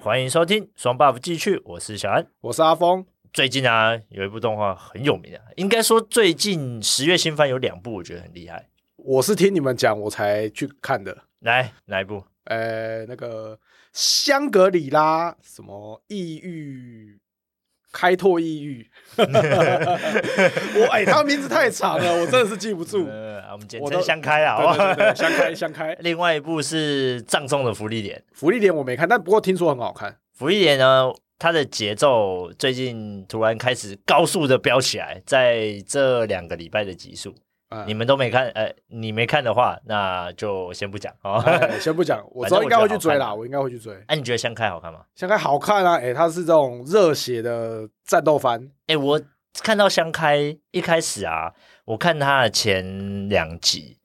欢迎收听双 buff 继续，我是小安。我是阿峰，最近啊，有一部动画很有名啊，应该说最近十月新番有两部，我觉得很厉害。我是听你们讲我才去看的。来，哪一部？呃，那个香格里拉什么抑郁，开拓抑郁。 我哎、他名字太长了，我真的是记不住。呃，啊我们简我称都相开啊，好对不好对对对，相开相开。 另外一部是《葬送的福利点》，福利点我没看，但不过听说很好看。福利点呢，它的节奏最近突然开始高速的飙起来，在这两个礼拜的集数，嗯你们都没看，呃，你没看的话，那就先不讲哦。哎 先不讲，我反知正道应该会去追我觉得好啦，看我应该会去追。哎、你觉得相开好看吗？香开好看啊，哎、它是这种热血的战斗番，哎、我看到香开一开始啊，我看他的前两集，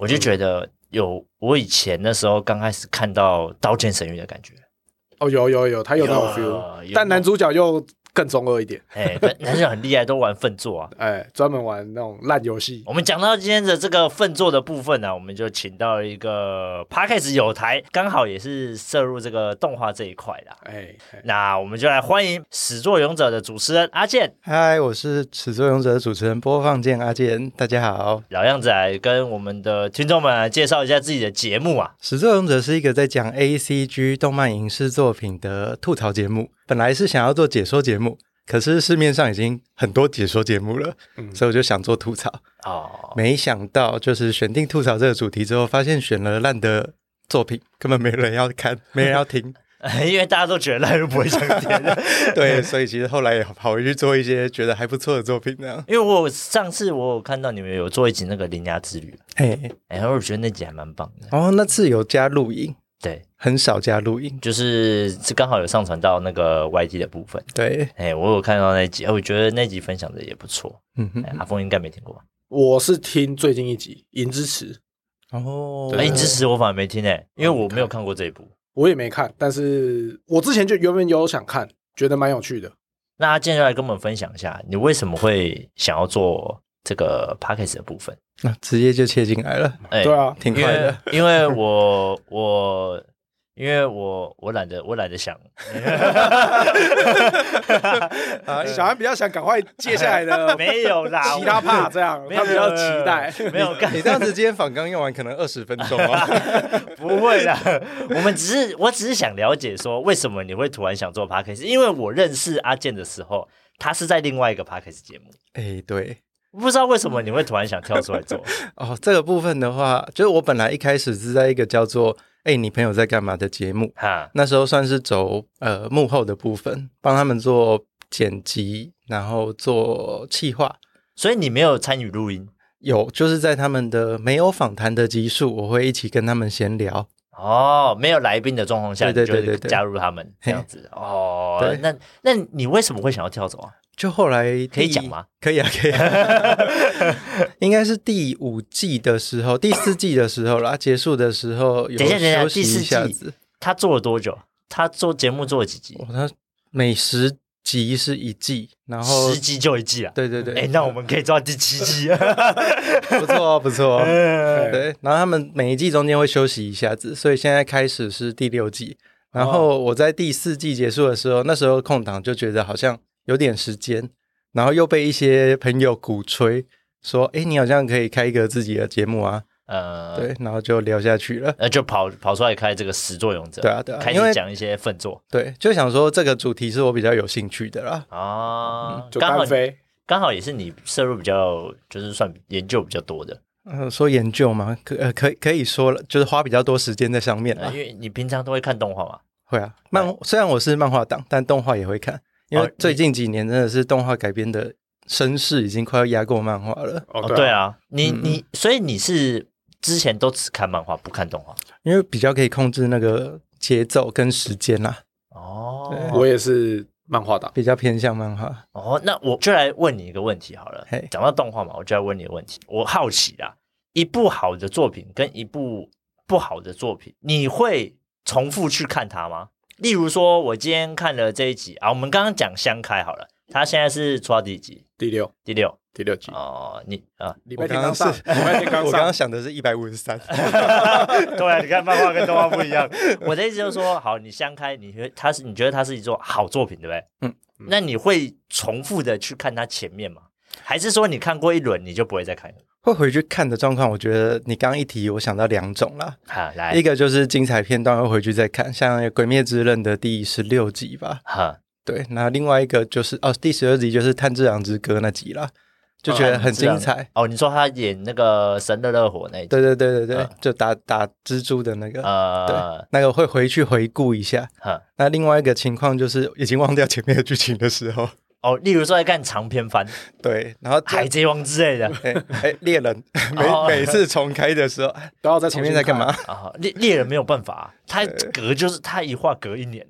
我就觉得有我以前那时候刚开始看到《刀剑神域》的感觉。哦，有有有，它有那种有啊 feel，有但男主角又更中二一点，哎、但男生很 厉害，都玩粪作啊。哎、专门玩那种烂游戏。我们讲到今天的这个粪作的部分呢、我们就请到一个 p a c k a g e 有台，刚好也是摄入这个动画这一块啦。哎，哎那我们就来欢迎始作俑者的主持人阿健，嗨，我是始作俑者的主持人播放键阿健，大家好。老样子来跟我们的听众们来介绍一下自己的节目啊。始作俑者是一个在讲 A C G 动漫影视作品的吐槽节目。本来是想要做解说节目，可是市面上已经很多解说节目了，所以我就想做吐槽。嗯哦，没想到就是选定吐槽这个主题之后，发现选了烂的作品，根本没人要看，没人要听。 因为大家都觉得烂就不会想点 了。对，所以其实后来也跑回去做一些觉得还不错的作品，这样。因为我上次我有看到你们有做一集那个铃芽之旅，哎，哎，我觉得那集还蛮棒的。哦，那次有加录影，对，很少加录影。就是这刚好有上传到那个 YT 的部分。对，哎，我有看到那集，哎，我觉得那集分享的也不错。嗯哼哎，阿峰应该没听过吧？我是听最近一集《银之匙》，哦，对哎，对你对支持我反而没听哎，因为我没有看过这一部。我也没看，但是我之前就原本有想看，觉得蛮有趣的。那阿健就来跟我们分享一下，你为什么会想要做这个 p a c k a g e 的部分？那、直接就切进来了，哎，对啊，挺因快为的。因为我我因为我我懒得我懒得想，啊小安比较想赶快接下来的哎 没有啦，其他怕怕这样，没有他比较期待。 没有干你这样子，今天访刚用完可能二十分钟啊。不会啦， 我们只是我只是想了解说为什么你会突然想做 p a c k a g e 因为我认识阿健的时候，他是在另外一个 p a c k a g e 节目。 哎，对不知道为什么你会突然想跳出来 做，哦，这个部分的话，就是我本来一开始是在一个叫做“哎，你朋友在干嘛”的节目，哈，那时候算是走呃幕后的部分，帮他们做剪辑，然后做企划。所以你没有参与录音有就是在他们的没有访谈的集数，我会一起跟他们闲聊。哦，没有来宾的状况下，你对对对就对对加入他们这样子哦对。那那你为什么会想要跳走啊？就后来第可以讲吗？可以啊， 可以啊。 应该是第五季的时候，第四季的时候 啦，结束的时候有等一下等一下休息第四一下季子。他做了多久？他做节目做了几集哇，？他每十集是一季，然后十集就一季啊。对对对，哎、那我们可以做到第七 季啊。不错哦，不错 哦。哎对，然后他们每一季中间会休息一下子，所以现在开始是第六季。然哦后我在第四季结束的时候，那时候空档就觉得好像有点时间，然后又被一些朋友鼓吹说：“哎，你好像可以开一个自己的节目啊。”呃，对，然后就聊下去了。呃，就跑跑出来开这个始作俑者，对啊对啊开因始为讲一些粪作对，就想说这个主题是我比较有兴趣的啦。嗯啊，就刚好单飞，刚好也是你摄入比较，就是算研究比较多的，嗯、说研究嘛，可呃可以可以说了，就是花比较多时间在上面呃啦因。为你平常都会看动画嘛。会啊，漫虽然我是漫画党，但动画也会看，因哦为你最近几年真的是动画改编的声势已经快要压过漫画了。哦对，啊，你嗯你所以你是之前都只看漫画不看动画因为比较可以控制那个节奏跟时间啦，哦我也是漫画党。比较偏向漫画。哦，那我就来问你一个问题好了嘿。讲到动画嘛，我就来问你一个问题，我好奇啦，一部好的作品跟一部不好的作品，你会重复去看它吗？例如说，我今天看了这一集啊，我们刚刚讲相开好了，它现在是出到第几集？第六，第六。第六集，哦，你啊，礼我拜天刚刚刚 是上，礼拜天哎刚我刚上刚，想的是一百五十 三，对啊，你看漫画跟动画不一样。 我的意思就是说，好，你相开，你觉得它是，你觉得它是一座好作品，对不对？嗯，那你会重复的去看它前面吗？还是说你看过一轮，你就不会再看了？会回去看的状况，我觉得你刚刚一提，我想到两种啦。哈，来一，个就是精彩片段会回去再看，像《鬼灭之刃》的第十六集吧，哈，对。那另外一个就是哦，第十二集就是《炭治郎之歌》那集啦，就觉得很精彩。哦，你说他演那个神的热火那一集，对对对对啊对，嗯就打打蜘蛛的那个，呃对，，那个会回去回顾一下。哈，那另外一个情况就是已经忘掉前面的剧情的时候， 哦，例如说在看长篇番《对，然后就海贼王》之类 的哎哎猎人哦 每每次重开的时候，哎都要在前面在干嘛？？啊，猎猎人没有办法啊，他隔就是他一画隔一 年，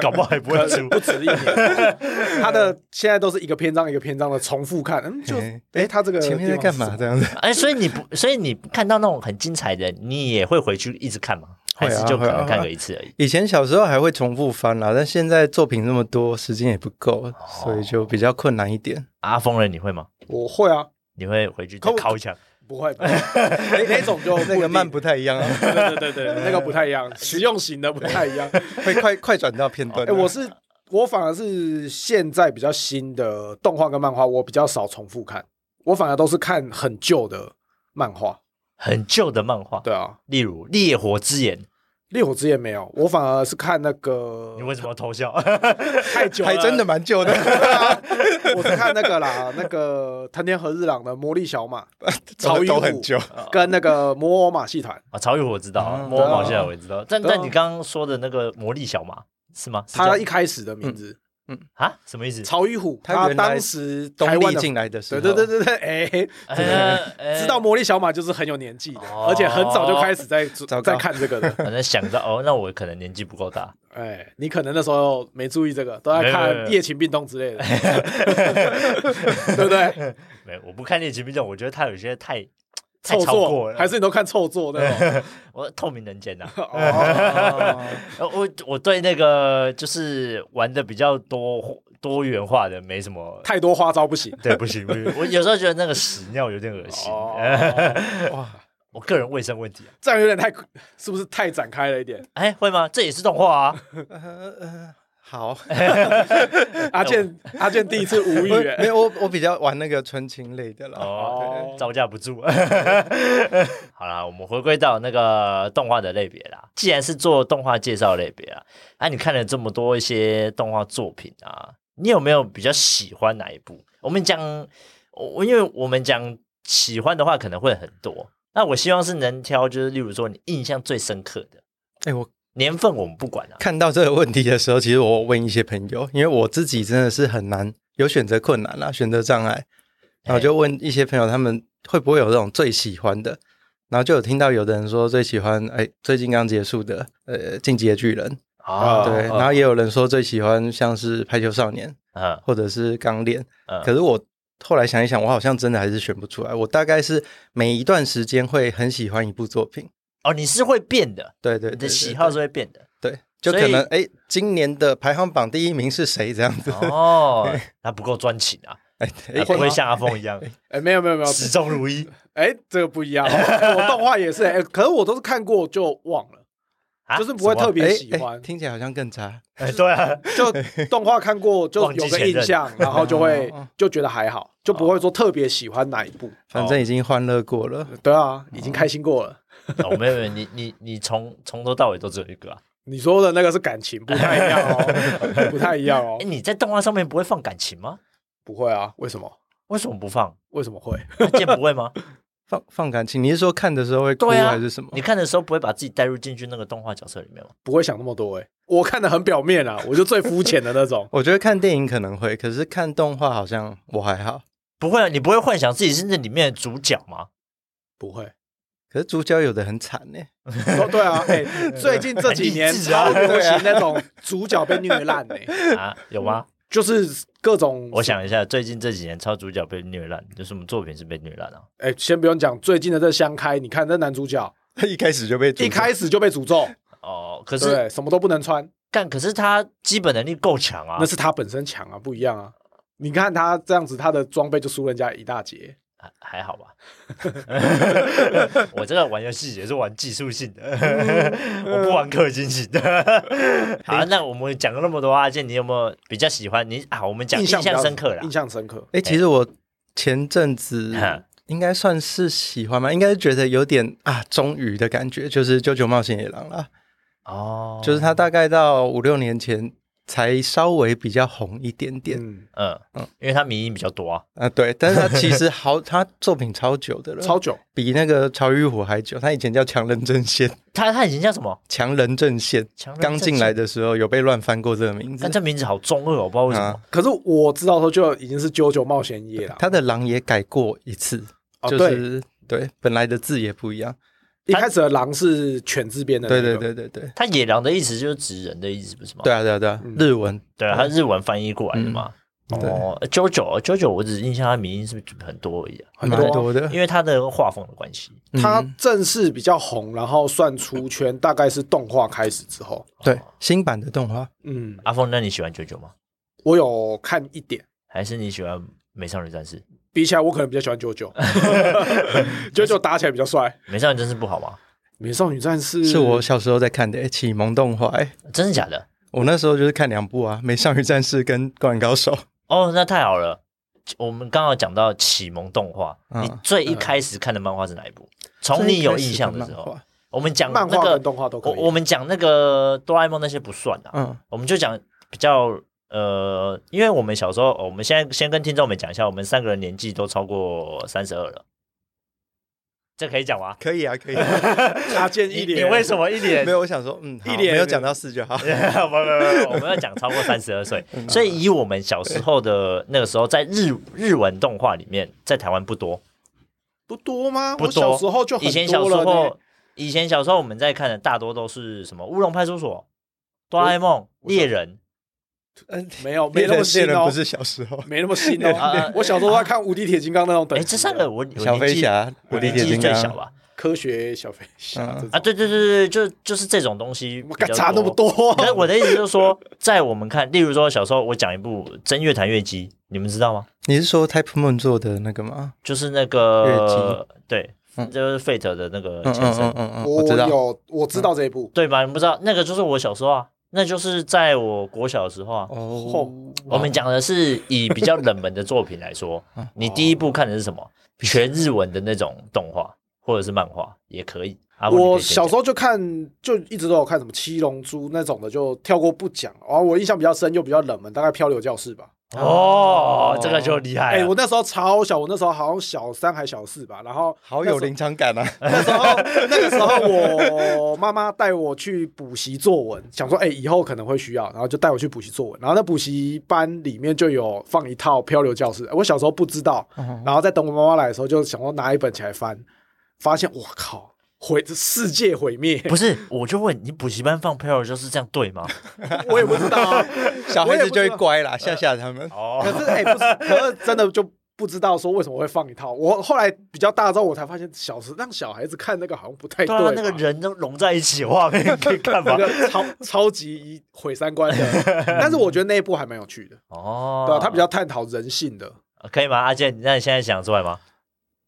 搞不好也不会出。不止一年， 他的现在都是一个篇章一个篇章的重复看，嗯，就哎哎，他这个前面地在方干是什嘛么这样子？哎，所以你不，所以你看到那种很精彩的，你也会回去一直看吗？还是会啊就可会能啊看个一次而已？以前小时候还会重复翻啦，但现在作品那么多，时间也不够，哦所以就比较困难一点。阿峰人你会吗？我会啊，你会回去再可我敲一下？不会，不会那那种就那个 慢慢，不太一 样啊，对对对对，那个不太一样，实用型的不太一样。会快快转到片段啊哎，了。我是我反而是现在比较新的动画跟漫画，我比较少重复看，我反而都是看很旧的漫画。很旧的漫画，对啊，例如《烈火之眼》，烈火之焰没有，我反而是看那个你为什么要偷笑？ 太久了，还 真的蛮旧的，我是看那个啦，那个藤田和日朗的《魔力小马》都潮语都很旧。跟那个《摩尔马戏团》，啊，曹禺我知道啊，嗯摸对啊毛现在我也知道，但对啊但你刚刚说的那个魔力小马是吗？是他叫一开始的名字啊什么意思？曹玉虎，他他原来当时东台湾立的进来的时对候，对对对对，哎哎， 哎知道魔力小马就是很有年纪的，哦而且很早就开始在糕在看这个的。反正想到哦，那我可能年纪不够大，哎，你可能那时候没注意这个，都在没有看没有没有《夜勤病动》之类的， 对不对？没，我不看《猎奇兵种》，我觉得他有些太太臭超过作了，还是你都看臭作 那种？我透明人间呐、哦，呃我我对那个就是玩的比较多多元化的没什么。太多花招不行。对，不行不行，我有时候觉得那个屎尿有点恶心， 哦，我个人卫生问题啊。这样有点太，是不是太展开了一点？哎，会吗？这也是动画啊。呃呃，好，阿 健，阿健第一次无语我没欸。有我我比较玩那个纯情类的啦。哦哦，招架不住。 好啦，我们回归到那个动画的类别啦。既然是做动画介绍类别啊，那、你看了这么多一些动画作品啊，你有没有比较喜欢哪一部？我们讲，我我因为我们讲喜欢的话可能会很多，那我希望是能挑，就是例如说你印象最深刻的哎，我年份，我们不管啊。看到这个问题的时候，其实我问一些朋友，因为我自己真的是很难有选择困难啦，选择障哎碍，然后就问一些朋友，他们会不会有这种最喜欢的？然后就有听到有的人说最喜欢，哎，最近刚结束的，呃，《进击的巨人》啊对，嗯然后也有人说最喜欢像是《排球少年》嗯或者是《钢炼》，嗯可是我后来想一想，我好像真的还是选不出来。我大概是每一段时间会很喜欢一部作品，哦，你是会变的，对对你的对对喜好是会变的。对，就所以可能哎，今年的排行榜第一名是谁这样子？哦，那不够专情啊， 哎，那哎不会像阿峰一样哎，没有没有没 有，始终如一。哎，这个不一样哦。哎我动画也是，哎，可是我都是看过就忘了，啊 就是不会特别哎喜欢哎听起来好像更差。哎对 啊，就动画看过就忘记有个前任印 象，然后就会哦哦哦就觉得还好，就不会说特别喜欢哪一部。哦反正已经欢乐过了，对啊，已经开心过了。哦没有没有，你你你从从头到尾都只有一个啊。你说的那个是感情，不太一样哦，不太一样哦 哎，。你在动画上面不会放感情吗？不会啊，为什么？为什么不放？为什么会？那剑不会 吗？放放感情。你是说看的时候会哭对啊还是什么？你看的时候不会把自己带入进去那个动画角色里面吗？不会想那么多哎。我看的很表面啊，我就最肤浅的那种。我觉得看电影可能会，可是看动画好像我还好。不会啊，你不会幻想自己是那里面的主角吗？不会，可是主角有的很惨欸呢、哦，对啊，哎、最近这几年很励志啊超流行那种主角被虐烂呢、欸啊，有吗？嗯就是各种，我，想一下，最近这几年超主角被虐烂，有什么作品是被虐烂啊？哎、先不用讲最近的这相开，你看这男主角 一开始就被一开始就被诅咒，哦，可是对，什么都不能穿，干，可是他基本能力够强啊那。是他本身强啊，不一样啊，你看他这样子，他的装备就输人家一大截。还还好吧。 我这个玩游戏也是玩技术性的， 我不玩氪金型嗯的。好，那我们讲了那么多阿健，你有没有比较喜欢你啊？我们讲印象比较深刻啦印。象深刻。哎、其实我前阵子哈应该算是喜欢吧，应该是觉得有点啊，终于的感觉，就是《九九冒险野狼》啦，哦，就是它大概到五六年前才稍微比较红一点点。嗯，嗯嗯，因为他迷因比较多啊。啊，对，但是他其实好，他作品超久的了，超久，比那个《潮与火》还久。他以前叫强人阵线，他他以前叫什么？强人阵线强人阵刚线进来的时候有被乱翻过这个名字但。这名字好中二哦，我不知道为什么啊。可是我知道的时候就已经是《九九冒险夜》了。他的狼也改过一次，哦，就对，是对本来的字也不一样。一开始的狼是犬字边的，对对，对对对，他野狼的意思就是指人的意思，不是吗？对啊对啊对啊，日文对啊，他日文翻译过来的嘛。嗯哦，九九九九，我只印象他迷因是不是很多而已啊？很蛮多啊。多的。因为他的画风的关系。嗯他正式比较红，然后算出圈， 大概是动画开始之后。对新版的动画，嗯，阿峰，那你喜欢九九吗？我有看一点，还是你喜欢美少女战士？比起来我可能比较喜欢九 九，九九打起来比较帅。美少女战士不好吗？美少女战士是我小时候在看的诶启蒙动画。诶真的假的？我那时候就是看两部啊，《美少女战士》跟《灌篮高 手》。哦，那太好了。我们刚好讲到启蒙动画，嗯你最一开始看的漫画是哪一部？从你有印象的时候，啊我们讲那漫画个跟动画都可我以。我们讲那个哆啦 A 梦那些不算啊，嗯，我们就讲比较呃，因为我们小时候，我们现在先跟听众们讲一下，我们三个人年纪都超过三十二了，这可以讲吗？可以啊，可以啊。 阿健你一你脸为什么一脸 没有，我想说，嗯，好一脸没有讲到四就好。 不 不不，我们要讲超过三十二岁，嗯所以以我们小时候的那个时候，在日日文动画里面，在台湾不多，不多吗？不我小多。时候就以很前小多时了呢候，以前小时候我们在看的大多都是什么《乌龙派出所》《哆啦 A 梦》《猎人嗯， 没 有没猎那人么猎新人哦不，是小时候，没那么新 啊啊哦。我小时候在看《无敌铁金刚》那种》。等哎，级的，这三个我我小飞年纪侠、无我敌年铁纪是金最啊刚小吧？科学小飞侠嗯这种啊，对对对对，就就是这种东西我比干较差那么多。多？可是我的意思就是说，在我们看，例如说小时候我讲一部《真月谈月姬》，你们知道吗？你是说 Type Moon 做的那个吗？就是那个对，嗯就是 Fate 的那个嗯前嗯身，嗯嗯嗯，我我知道。有我知道这一部，对吧？你不知道那个就是我小时候啊，那就是在我国小的时候啊。哦，我们讲的是以比较冷门的作品来 说，嗯你第一部看的是什么？全日文的那种动画或者是漫画也可以。啊、我小时候候就看，就一直都有看什么《七龙珠》那种的，就跳过不讲。然后我印象比较深又比较冷门，大概《漂流教室》吧。哦，这个就厉害哎，了我。那时候超小，我那时候好像小三还小四吧。然后好有临场感啊！那时候，那个时候我妈妈带我去补习作文，想说哎、以后可能会需要，然后就带我去补习作文。然后那补习班里面就有放一套《漂流教室》，哎我小时候不知道，然后在等我妈妈来的时候，就想说拿一本起来翻，发现我靠，毁世界毁灭，不是，我就问你，补习班放 p a r 就是这样对 吗？我也不知道、 啊。小孩我也子就会不知道乖啦，吓吓他们。哦可是哎、不是，可是真的就。不知道说为什么会放一套，我后来比较大之后，我才发现小时让小孩子看那个好像不太对啊，那个吧人都融在一起的画面可以看吧 那？个超超级毁三观的，但是我觉得那一部还蛮有趣的，哦，对啊，他比较探讨人性的，可以吗？阿健，那你现在想出来吗？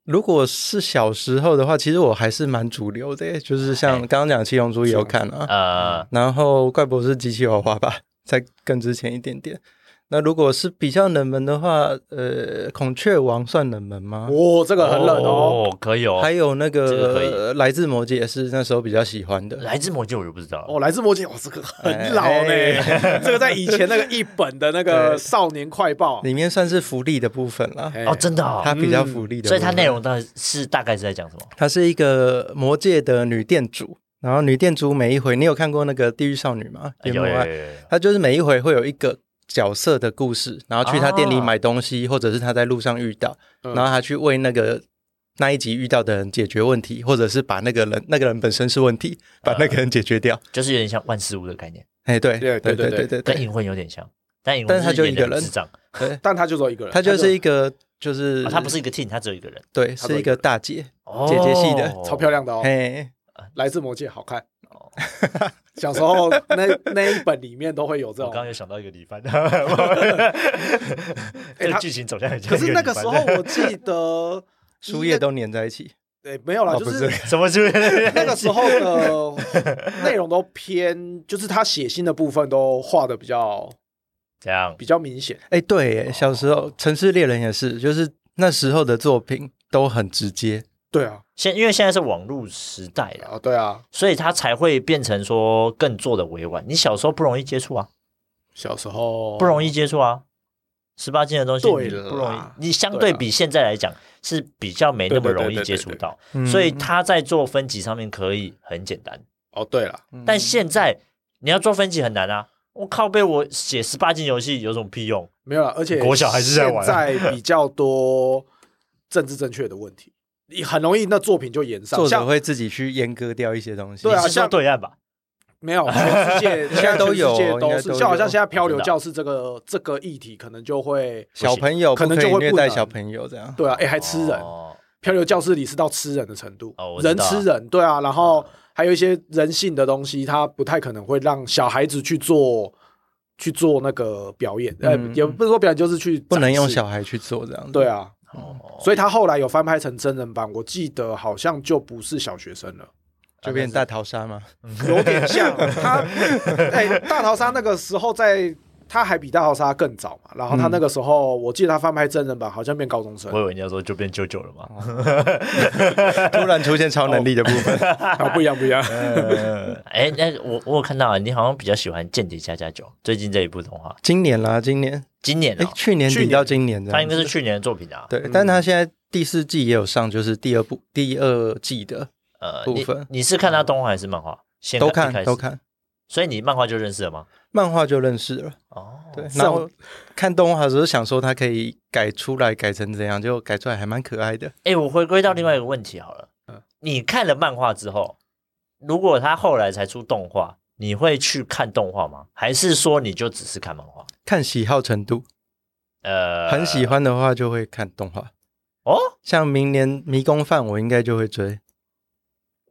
如果是小时候的话，其实我还是蛮主流的耶，就是像哎刚刚讲《七龙珠》也有看啊，呃，然后怪博士机器娃娃吧，在更之前一点点。那如果是比较冷门的话，呃，孔雀王算冷门吗？哇，这个很冷哦，，可以哦。还有那这个可以个来自魔界也是那时候比较喜欢的，来自魔界我就不知道了。哦，来自魔界，哇，这个很老呢，这个在以前那个一本的那个少年快报，里面算是福利的部分啦，哎哦，真的哦，它比较福利的部分、所以它内容到底是大概是在讲什么？它是一个魔界的女店主，然后女店主每一回，你有看过那个《地狱少女》吗？哎有魔有有爱有有她就是每一回会有一个角色的故事，然后去她店里啊买东西，或者是她在路上遇到，嗯然后她去为那个。那一集遇到的人解决问题，或者是把那个人，那个人本身是问题，把那个人解决掉。就是有点像万事屋的概念，哎、对，对对对对对对对跟对，银魂有点像，但银但魂是他就演一个得很人智障，哦但他就只有一个人，她就是一个，就是他哦不是一个 team，他只有一个人，对，只是有一一个哦个大姐，哦姐姐系的超漂。亮的哦，哎，来自魔界好看， 小时候那那一本里面都会有这我种刚。刚有想到一个李帆， 这他剧情走向很像可一是那李个帆时候，我记得书页都粘在一起。对没有啦，哦就不是 是什么剧？ 那个时候的内容都偏，就是他写信的部分都画的比较这样比较明显。哎，对耶，小时候《城市猎人》也是，就是那时候的作品都很直接。对啊，现因为现在是网络时代了，啊对啊，所以它才会变成说更做的委婉。你小时候不容易接触啊，小时候不容易。易接触啊。十八禁的东西哦对你啦不容易，你相对比现在来讲是比较没那么对对对容易对接对触对到，嗯所以它在做分级上面可以很简单。哦，对了，但现在你要做分级很难啊！我靠背，我写十八禁游戏有什么屁用？没有啦，而且国小还是在玩啊现在比较多政治正确的问题，你很容易那作品就延上。作者像会自己去阉割掉一些东西。对啊你是说像对岸吧？没有，全世界现在都有全世界应都该都是，有就好像现在漂我流知道教室这个这个议题，可能就会小朋友可能不就以会不虐待能小朋友这样。对啊，哎、还吃人，哦漂流教室里是到吃人的程度，哦我知人道啊吃人，对啊，然嗯后还有一些人性的东西，他不太可能会让小孩子去做去做那个表演，呃、嗯也不是说表演，就是去不能用展示小孩去做这样子。对啊，哦所以他后来有翻拍成真人版，我记得好像就不是小学生 了，就变大逃杀嘛。有点像他，哎、大逃杀那个时候在。他还比大逃杀更早嘛，然后他那个时候，我记得他翻拍真人版好像变高中生我，以为你要说就变舅舅了嘛。突然出现超能力的部分，啊，不一样不一样，哦哎，那个我我有看到啊，你好像比较喜欢《间谍加加九》最近这一部动画， 今年啦，今年今年哎，啊，去年去底年到今年这它应样该子。是去年的作品啊。对，但他现在第四季也有上，就是第二部第二季的呃，部你分你是看它动画还是漫画？先都一开看始都，看，所以你漫画就认识了吗？漫画就认识了。哦，对，这然种后看动画的时候想说它可以改出来改成怎样，结果改出来还蛮可爱的。哎，我回归到另外一个问题好了，嗯你看了漫画之后，如果它后来才出动画，你会去看动画吗？还是说你就只是看漫画？看喜好程度，呃，很喜欢的话就会看动画。哦。像明年《迷宫饭》，我应该就会追，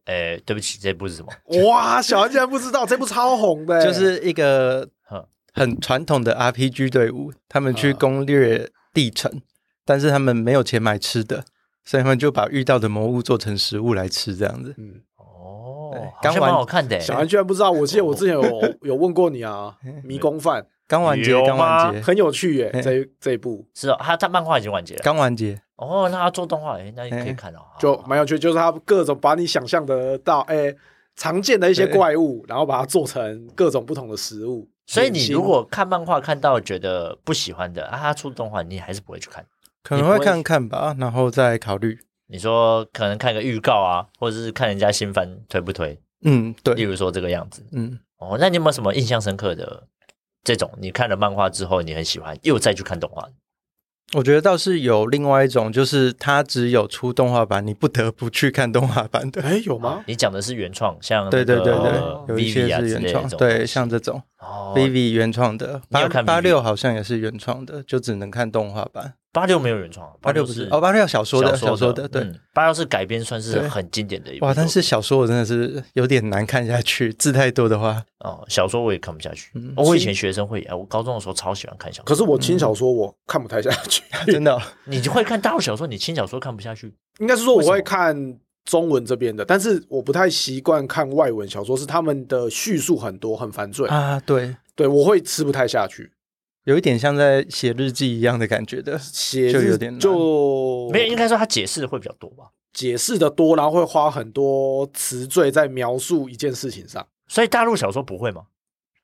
哎，对不起，这部是什 么？哇，小安竟然不知道，这部超红哎的欸、就是一个呵很传统的 RPG 队伍，他们嗯去攻略地城，但是他们没有钱买吃的，所以他们就把遇到的魔物做成食物来吃，这样子。嗯，对哦，好刚像完蛮好看的欸。小安居然不 知道，我记哦得我之前有有问过你啊，《迷宫饭刚完结，有刚吗完》结，很有趣耶、嘿这一这一部是哦，他他漫画已经完结了。刚完结。哦，那他做动画，哎，那你可以哎看哦。好就好蛮有趣，就是他各种把你想象得到，哎、常见的一些对怪物，然后把它做成各种不同的食物。所以点你心如果看漫画看到觉得不喜欢的啊，他出动画你还是不会去看。可能会看看吧，然后再考虑。你说可能看个预告啊，或者是看人家新番推不推，嗯，例对，如说这个样子。嗯，哦，那你有没有什么印象深刻的这种？你看了漫画之后你很喜欢，又再去看动画？我觉得倒是有另外一种，就是它只有出动画版，你不得不去看动画版的。哎、有吗？你讲的是原创，像对对对对哦，有一些 v 啊是之类的原创这，种东对，西像这种哦 Vivi 原创的，你有八看 Vivi？八六好像也是原创的，就只能看动画版。八六没有原创，八六不是哦，八六小说的小说的，对，嗯八六是改编，算是对很经典的一部作哇，品。但是小说我真的是有点难看下去，字太多的话，哦，小说我也看不下去。嗯我以前学生会，哎，我高中的时候超喜欢看小可说。是我轻小说我看不太下去，啊真的哦你会看大陆小说，你轻小说看不下去应该是说我为什会么看中文这边的，但是我不太习惯看外文小说，是他们的叙述很多，很繁赘，啊，对，对我会吃不太下去。有一点像在写日记一样的感觉的，写就日有点难就没有？应该说他解释的会比较多吧。解释的多，然后会花很多词缀在描述一件事情上。所以大陆小说不会吗？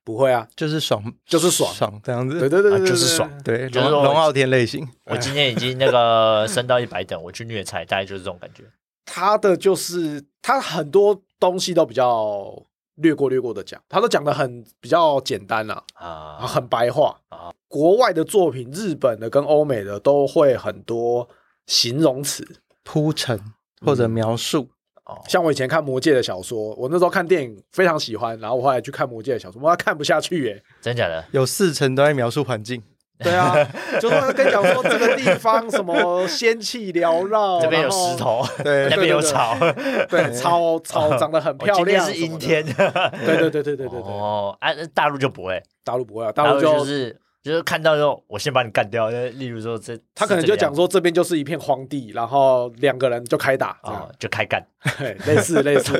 不会啊，就是爽，就是爽爽这样子，对对对对对，啊就是对爽。对，就是龙说龙傲天类型，我今天已经那个升到一百等，我去虐菜，大概就是这种感觉。他的就是他很多东西都比较略过略过的讲，他都讲的很比较简单啦、啊，啊，很白话啊。国外的作品，日本的跟欧美的都会很多形容词。铺陈或者描述，像我以前看《魔戒》的小说，我那时候看电影非啊常喜欢，然后我后来去看《魔戒》的小说，我看不下去耶、真假的？有四成都在描述环境， 对啊，就是跟你讲说这个地方什么仙气缭绕，这边有哦然后石，头， 对那边有草，对，草草长得很 我漂哦今天亮，是阴，天。对对对对对对对对，哦，啊，那大陆就不会，大陆不会啊，大大陆就就是就是看到之后，我先把你干掉。呃例如说这，他可能是这就个样讲子说这边就是一片荒地，然后两个人就开打，这样哦，就开干， 嘿类似类似，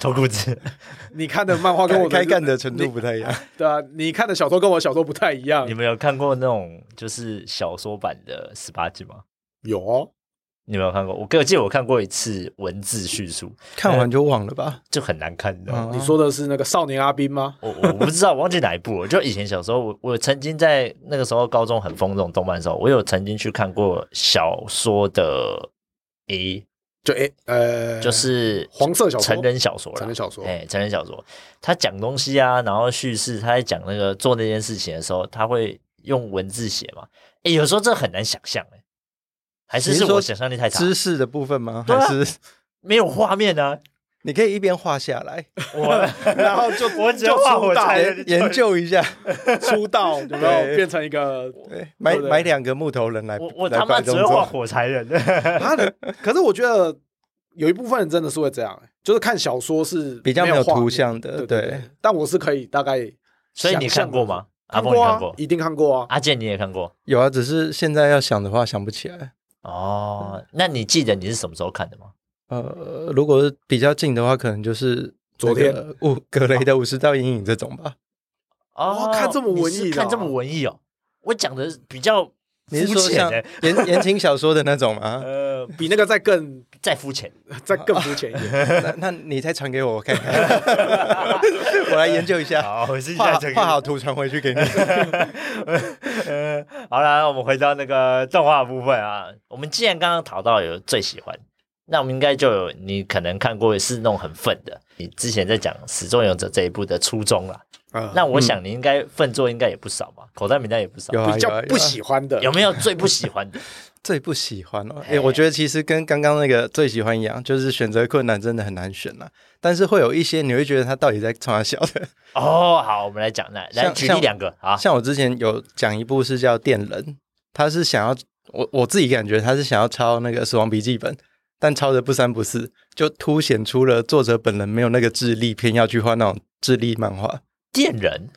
脱裤子， 你看的漫画跟我的开干的程度不太一样。对啊，你看的小说跟我小说不太一样你，们有看过那种就是小说版的十八禁吗？有哦你们有看过？我我记得我看过一次文字叙述，看完就忘了吧？就很难看的。嗯你说的是那个少年阿斌吗？我我不知道，我忘记哪一部了。就以前小时候，我我曾经在那个时候高中很疯这种动漫的时候，我有曾经去看过小说的 A，就诶呃，就是黄色小说成人小说啦，成人小说哎、成人小说，他讲东西啊，然后叙事，他在讲那个做那件事情的时候，他会用文字写嘛？哎、有时候这很难想象哎、还是你是我是说想象力太差，知识的部分吗？对啊还是 没有画面啊。 你可以一边画下来，我然后就 我只有就画出我道才研研究 一下，出道，有没有对变成一个？对，买对买两个木头人来，我我来他妈摆只动会画作。火柴人， 他的，可是我觉得有一部分人真的是会这样，欸就是看小说是比较没没有画面图像的对对对。但我是可以大概，所以你看过？吗？阿看峰你过看啊过，，一定看过啊。阿健你也看过有啊，只是现在要想的话想不起来。哦。那你记得你是什么时候看的吗？呃，如果是比较近的话，可能就是昨天那个五格雷的五十道阴影这种 吧。哦看这么文艺的你是看这么哦文艺哦。我讲的比较你是肤说浅像欸，言言情小说的那种 吗？呃，比那个再更再肤 浅。再更肤浅一点，那那你再传给我，我看 看，我来研究一下，好，我是画下这个画好图传回去给 你。呃，好了，我们回到那个动画部分啊。我们既然刚刚讨到有最喜欢，那我们应该就有你可能看过是那种很愤的。你之前在讲《始作俑者》这一部的初衷啦，啊那我想你应该愤作应该也不少吧，口袋名单也不少。有啊，比有啊较有啊不喜欢的有没有最不喜欢的？最不喜欢哦，诶、哎我觉得其实跟刚刚那个最喜欢一样，就是选择困难真的很难选啦、但是会有一些你会觉得他到底在冲他笑的，哦，好，我们来讲那来像举例像两个啊。像我之前有讲一部是叫《电人》，他是想要我我自己感觉他是想要抄那个《死亡笔记本》，但抄的不三不四，就凸显出了作者本人没有那个智力，偏要去画那种智力漫画。电人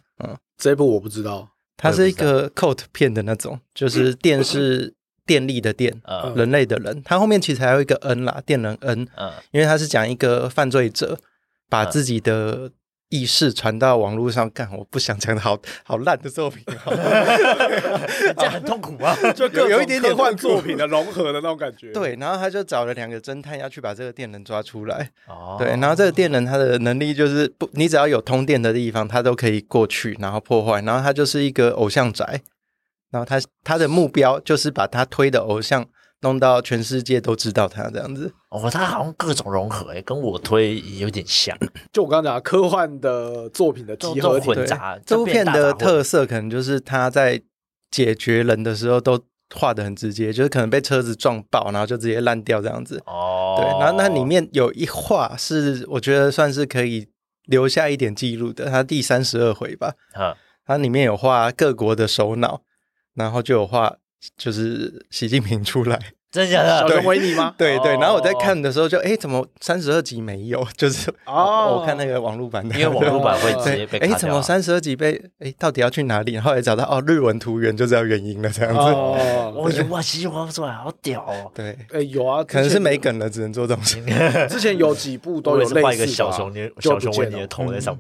这一部我不 知道，它是一个 code 片的那种，就是电是电力的电，嗯人类的人。它后面其实还有一个 N 啦，电人 N。嗯因为他是讲一个犯罪者把自己的意识传到网络上，干我不想讲的好好烂的作品哦，这样很痛苦 啊。就各种有一点点科幻痛苦作品的融合的那种感觉。， 对，然后他就找了两个侦探要去把这个电人抓出来，哦对，然后这个电人他的能力就是不，你只要有通电的地方，他都可以过去，然后破坏，然后他就是一个偶像宅，然后他他的目标就是把他推的偶像弄到全世界都知道他这样子，哦，他好像各种融合、欸，跟我推有点像，就我刚刚讲的科幻的作品的集都合都体混对杂这部呃这变片大的杂烩特色可能就是他在解决人的时候都画的很直接，就是可能被车子撞爆，然后就直接烂掉这样子。哦。对，然后那里面有一画是我觉得算是可以留下一点记录的，它第三十二回吧，嗯，它里面有画各国的首脑，然后就有画就是习近平出来。真的假小的？熊维尼吗？对对，然后我在哦看的时候就，哎，怎么三十二集没有？ 就是哦我看那个网络版的，因为网络版会直接被哎，卡怎掉么啊。三十二级被哎，到底要去哪里？然后也找到哦，日文图源就知道原因了，这样子。哦，我有哇，奇迹画不出来，好屌哦！对，哎，有啊，可能是没每梗了，只能做这种事。哎之前有几部都我有也类是似画一个吧小熊捏，就小不熊维见尼的了头在上嗯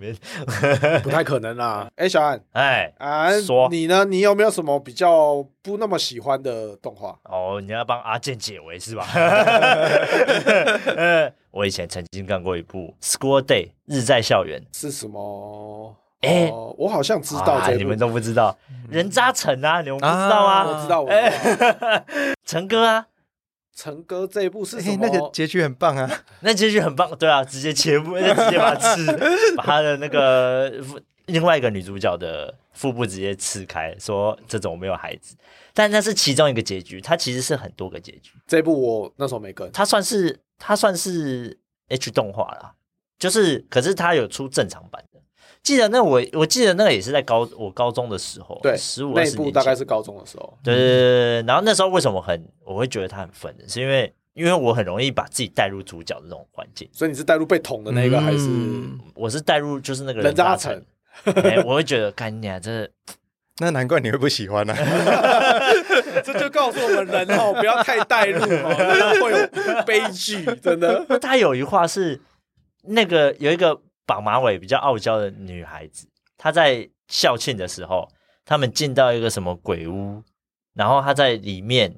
面。不太可能啦。 哎，小安，哎，安，说你呢？你有没有什么比较不那么喜欢的动画？哦，你要帮阿健解围是 吧？呃我以前曾经看过一部《School Day》日在校园，是什么？哎哦我好像知道啊这一部你们都不哎知道，人渣城啊，你们不知道吗？啊嗯我知道，我知道。陈哥啊， 陈哥这一部是什哎，么那？个结局很棒啊！那结局很棒，对啊，直接切腹， 直接把它吃，把他的那个另外一个女主角的腹部直接刺开，说这种没有孩子，但那是其中一个结局，它其实是很多个结局，这一部我那时候没跟。它算是它算是 H 动画啦，就是可是它有出正常版的，记得那我我记得那个也是在高我高中的时候，对，十五内二十部年大概前是高中的时候，对对对对对，然后那时候为什么很我会觉得他很愤人，是因为因为我很容易把自己带入主角的那种环境，所以你是带入被捅的那个，还是嗯我是带入就是那个人渣渣城城，哎我会觉得干你啊，这那难怪你会不喜欢呢、啊。这就告诉我们人哦，不要太带入哦，那会有悲剧，真的。他有一话是那个有一个绑马尾比较傲娇的女孩子，她在校庆的时候，他们进到一个什么鬼屋，然后她在里面，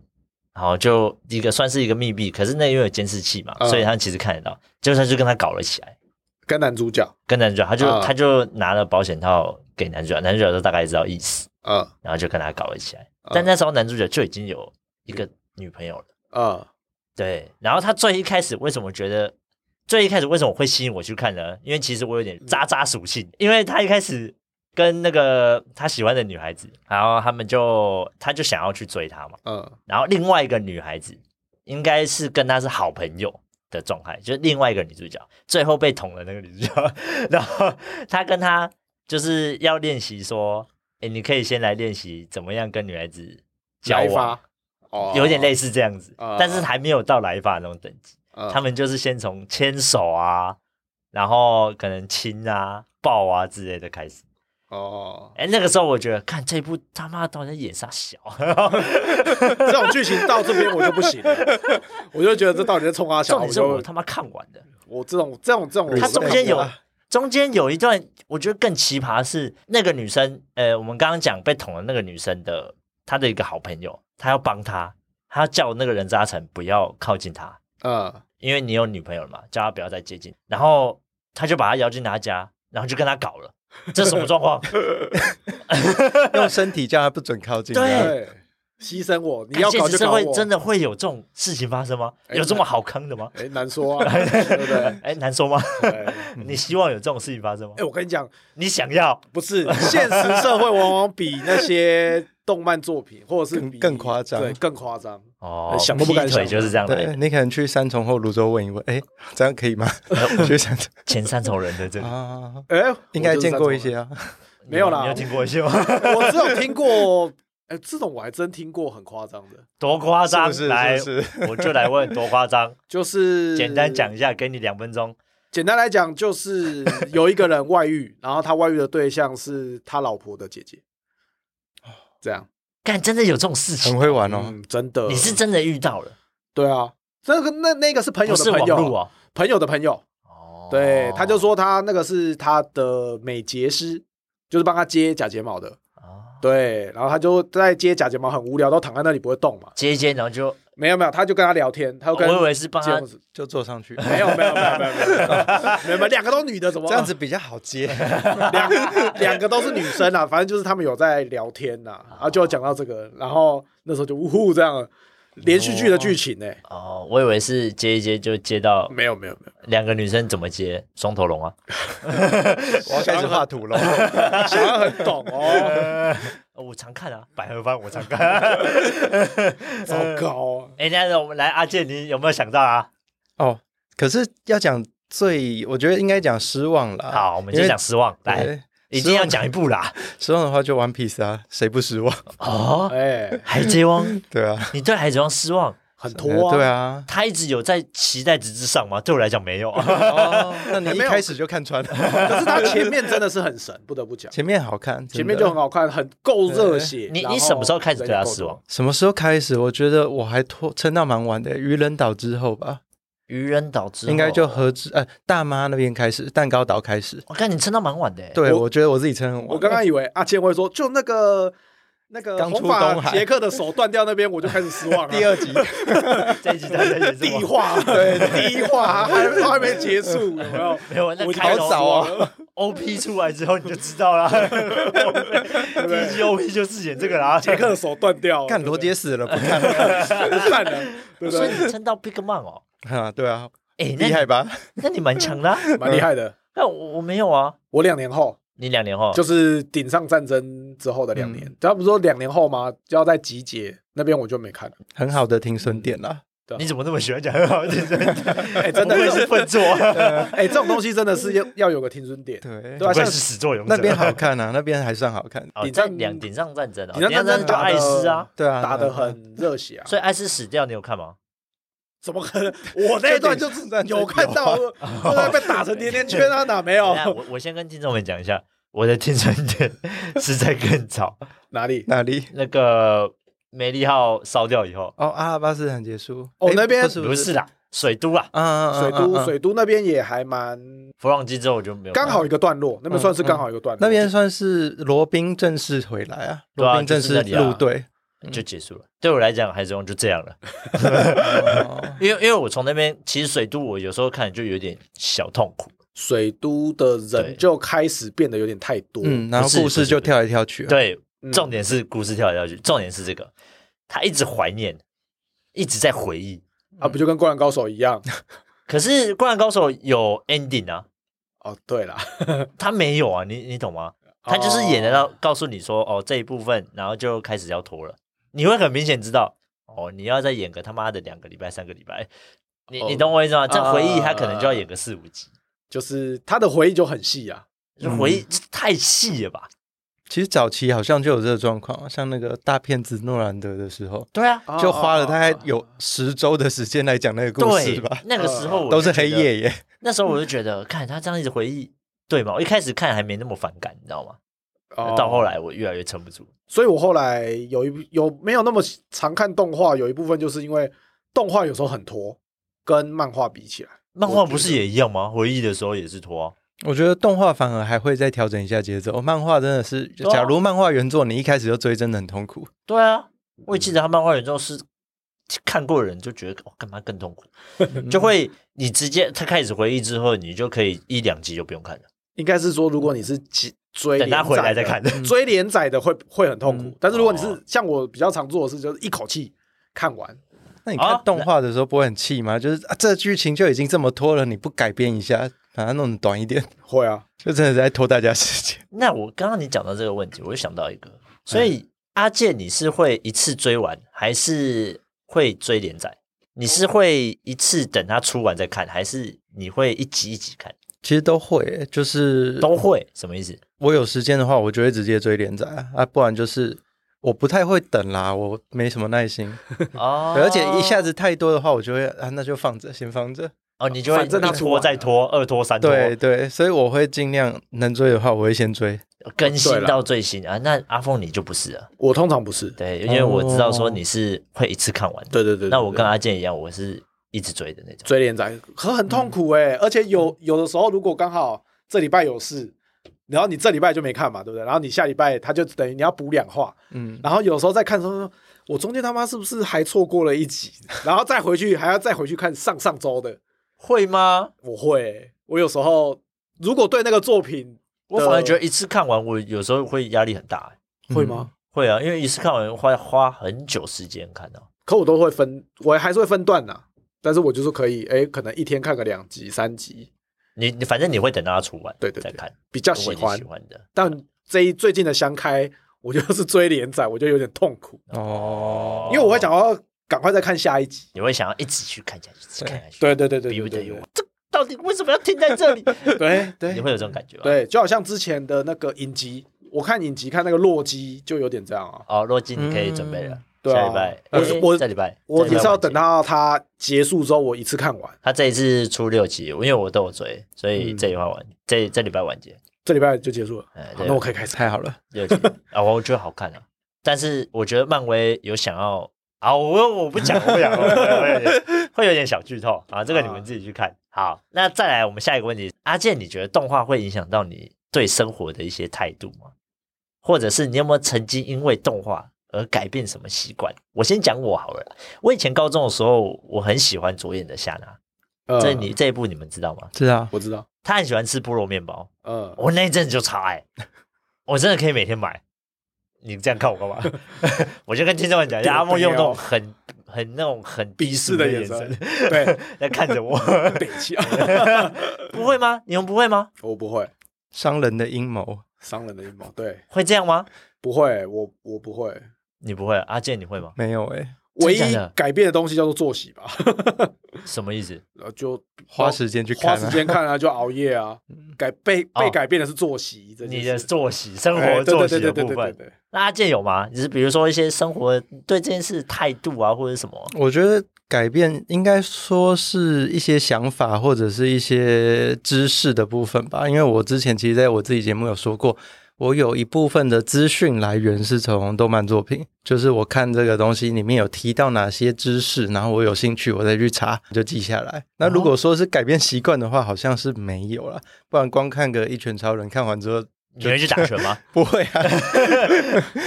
然后就一个算是一个密闭，可是那因为有监视器嘛，嗯所以他其实看得到，结果他就跟他搞了起来，跟男主角，跟男主角，他就、嗯他就拿了保险套给男主角，男主角就大概知道意思，嗯然后就跟他搞了起来，嗯但那时候男主角就已经有一个女朋友了。嗯，对，然后他最一开始为什么觉得最一开始为什么会吸引我去看呢？因为其实我有点嗯渣渣属性，因为他一开始跟那个他喜欢的女孩子，然后他们就他就想要去追她嘛，嗯然后另外一个女孩子应该是跟他是好朋友。的状态就是另外一个女主角最后被捅的那个女主角， 然后他跟他就是要练习说，哎，你可以先来练习怎么样跟女孩子交来往，发，哦有点类，似这样子，啊但是还没有到来法那种等级。他他们就是先从牵手啊，然后可能亲啊、抱啊之类的开始。哦，哎，那个时候我觉得，看这部他妈到底在演啥小？ 这种剧情到这边我就不行了，我就觉得这到底在冲阿 小，重我点是就我他妈看完的，我这种这种这种，它中间有我中间有一段，我觉得更奇葩是那个女生，呃，我们刚刚讲被捅的那个女生的，她的一个好朋友，她要帮她，她要叫那个人渣城不要靠近她，嗯因为你有女朋友了嘛，叫他不要再接近，然后他就把他摇进他家，然后就跟他搞了，这什么状况？用身体叫他不准靠近。啊对这样对，牺牲我， 你要现搞实就社搞会我，真的会有这种事情发生吗？哎有这么好坑的吗？哎难说啊，对不对？哎，难说吗？对你希望有这种事情发生吗嗯哎，？我跟你讲，你想要？不是现实社会往往比那些动漫作品或者是更比更夸张对，更夸张。哦，哎想都不敢劈腿想就是这样来对，的，你可能去三重或泸州问一问，哎，这样可以吗？就想前三重人的这个啊，哎，应该见过一我就是些啊。你没有啦你有听过一些吗？这种，我这种听过，哎，这种我还真听过很夸张的，多夸张！是不是来是不是，我就来问多夸张。就是简单讲一下，给你两分钟。简单来讲，就是有一个人外遇，然后他外遇的对象是他老婆的姐姐，这样，干，真的有这种事很情？会玩哦。嗯，真的，你是真的遇到了，对啊，那个那那个是朋友不是的网朋友，络哦。朋友的朋友，哦对，他就说他那个是他的美睫师，就是帮他接假睫毛的，啊，对，然后他就在接假睫毛，很无聊，都躺在那里不会动嘛，接一接，然后就没有没有，他就跟他聊天，他就我跟以为是帮这他样，子就坐上去，没有啊没有没有没有没有没有没有，没有两个都女的，怎么这样子比较好接。 两两个都是女生啊，反正就是他们有在聊天呐、啊，然后就有讲到这个，然后那时候就呜呼这样，连续剧的剧情欸呢、哦，我以为是接一接就接到没有没有没两个女生怎么接双头龙啊？我要开始画图了。有，小孩很懂 哦，哦我常看啊，百合番我常看。呃糟糕、啊， 哎，那我们来阿健，你有没有想到啊？哦，可是要讲最，我觉得应该讲失望了。好，我们啊因就为讲失望，来，对一定要讲一部啦。失望的话就 One Piece 啊，谁不失望？哦，哎、海贼王，对 啊，你对海贼王失望？很拖、对，啊。他一直有在期待值之上吗？对我来讲没有。 哦，那你哎一没有开始就看穿了， 可是他前面真的是很神，不得 不讲，前面好看，前面就很好。好看，很够热血。你然后你什么时候开始对他失人望？什么时候开始？我觉得我还拖撑到蛮晚的，愚人岛之后吧，愚人岛之后应该就和之呃大妈那边开始，蛋糕岛开始。我看你撑到蛮晚的。，欸对，我我觉得我自己撑很够晚。多？我刚刚以为阿健会说，就那个那个刚出红发东海杰克的手断掉那边，我就开始失望了。第二集，这一集他在演什 地么？化，对地化还都还没结束，有没有？没有，那我开头好早 啊说 OP 出来之后你就知道啦。第一集 OP 就是演这个啦，杰克的手断掉了，看罗杰死了不看了？ 不看了，对不所以对？你撑到 Big Man 哦，啊，对啊，哎、那厉你害吧？那你蛮强的、啊。蛮厉害的。那我我没有啊，我两年后你两年后啊就是顶上战争之后的两年嗯，他不是说两年后吗？就要在集结那边，我就没看了。很好的停损点啦。对啊你怎么那么喜欢讲很好听？真 的，哎，真的会是笨拙， 不哎，这种东西真的是要要有个停损点。对对啊，愧像是始作俑者。那边好看啊，那边还算好看。 哦，顶在上两顶上战争啊，你让战战争争打打艾得斯啊，对啊，打得很热血啊，所以艾斯死掉，你有看吗？怎么可能？我那一段就是有看到，后来被打成甜甜圈啊，哪没 等有一？下我我先跟听众们讲一下，我的听证点 是在更早，哪里？哪里？那个梅利号烧掉以后，哦，阿拉巴斯坦结束。哦诶那边不是不是，啦，水都啦，嗯嗯嗯，水嗯都嗯水都那边也还蛮弗朗基之后我就没有看刚了，好一个段落，那边算是刚好一个段落。嗯那边算是罗宾正式回来啊，对啊罗宾正式就是那里入啊队。就结束了。对我来讲，海贼王就这样了，嗯哦因为因为我从那边其实水都我有时候看就有点小痛苦，水都的人就开始变得有点太多，嗯，然后不是故不事是就跳来跳去啊。对，嗯重点是故事跳来跳去，重点是这个，他一直怀念，一直在回忆。啊，不就跟《灌篮高手》一嗯样？可是《灌篮高手》有 ending 啊， 哦，对啦，他没有啊，你你懂吗？他就是演得到告诉你说，哦，这一部分，然后就开始要拖了，你会很明显知道，哦，你要再演个他妈的两个礼拜、三个礼拜，你你哦懂我意思吗？这回忆他啊可能就要演个四五集，就是他的回忆就很细 啊。就嗯回忆这太细了吧？其实早期好像就有这个状况啊，像那个大骗子诺兰德的时候，对啊，就花了大概哦哦有十周的时间来讲那个故事对吧，，那个时候我都就是觉黑得夜耶。那时候我就觉得，看他这样一直回忆，对嘛？我一开始看还没那么反感，你知道吗？哦呃到后来我越来越撑不住。所以我后来有一有没有那么常看动画，有一部分就是因为动画有时候很拖，跟漫画比起来，漫画不是也一样吗？回忆的时候也是拖啊、我觉得动画反而还会再调整一下节奏，哦漫画真的是，对啊假如漫画原作你一开始就追，真的很痛苦。对啊，我也记得他漫画原作是看过的人就觉得，哦，干嘛更痛苦？ 就会你直接他开始回忆之后，你就可以一两集就不用看了。应该是说如果你是几追等他连回来载再的看 追连载的会会很痛苦，嗯但是如果你是、哦像我比较常做的事，就是一口气看完，那你啊看动画的时候不会很气吗？就是啊，这剧情就已经这么拖了，你不改变一下，把它弄短一点， 会啊，就真的在拖大家时间。那我刚刚你讲到这个问题，我就想到一个，所嗯以阿健你是会一次追完，还是会追连载？你是会一次等它出完再看，还是你会一集一集看？其实都会，就是都会什么意 思？我有时间的话，我就会直接追连载啊，啊不然就是我不太会等啦，我没什么耐心，哦对而且一下子太多的话，我就会啊，那就放着，先放着。哦，你就会反正他一出完拖了再拖，二拖三拖，对对，所以我会尽量能追的话，我会先追。更新对啦到最新啊。那阿凤你就不是了，我通常不是，对，因为我知道说你是会一次看完的。哦对对对对那我对跟阿健一样，我是一直追的那种。追连载可很痛苦哎、而且有有的时候如果刚好这礼拜有事。然后你这礼拜就没看嘛，对不对？然后你下礼拜他就等于你要补两话，嗯，然后有时候再看的时候说，我中间他妈是不是还错过了一集？然后再回去还要再回去看上上周的。会吗？我会欸，我有时候如果对那个作品，我呃反而觉得一次看完，我有时候会压力很大、欸会吗？会啊，因为一次看完花花很久时间看到、可我都会分，我还是会分段呐、但是我就是可以，哎，可能一天看个两集、三集，你你反正你会等到它出完，对对对再看。比较如果喜你欢喜。欢的，但这一最近的相开，我就是追连载，我就有点痛苦，哦，因为我会想要赶快再看下一集。你会想要一直去看下去，一直看下去，对对对对逼不对得对已，对我这到底为什么要停在这里？对 对你会有这种感觉吧？。对，就好像之前的那个影集，我看影集看那个洛基就有点这样啊。哦，洛基，你可以准备了，对啊下礼拜，我诶我下礼拜，我下礼只拜是要等完结。到它结束之后，我一次看完。他这一次出六集，因为我都有追，所以这礼拜完，这这礼拜完结，这礼拜就结束了，哎好对那我可以开始。太好了，六集啊，我觉得好看啊，但是我觉得漫威有想要啊，我我不讲，我不讲，我不讲我有点会有点小剧透啊，这个你们自己去看。好，那再来我们下一个问题，阿健，你觉得动画会影响到你对生活的一些态度吗？或者是你有没有曾经因为动画而改变什么习惯？我先讲我好了啦，我以前高中的时候，我很喜欢左眼的夏娜，呃这你这一部你们知道吗？是啊，我知道，他很喜欢吃菠萝面包， 嗯，我那一阵子就超爱，我真的可以每天买。你这样看我干嘛？ 我就跟听众们讲一下，对阿梦用那种对啊很很那种很鄙视的眼眼神神，对，在看着我， 北气啊， 不会吗？你们不会吗？我不会商人的阴谋，商人的阴谋，对，会这样吗？不会，我我不会，你不会，阿健你会吗？没有哎、唯一真的假的改变的东西叫做作息吧， 什么意思？呃，就花时间去花看、啊，时间看啊，就熬夜 啊，改被被哦改变的是作息这件你事，的作息、生哎活对作对息的对对部对对对分，对，那阿健有吗？你是比如说一些生活对这件事态度啊，或者什么？我觉得改变应该说是一些想法或者是一些知识的部分吧，因为我之前其实在我自己节目有说过，我有一部分的资讯来源是从动漫作品，就是我看这个东西里面有提到哪些知识，然后我有兴趣我再去查就记下来。那如果说是改变习惯的话，好像是没有啦，不然光看个《一拳超人》，看完之后你会去打拳吗？ 不会啊。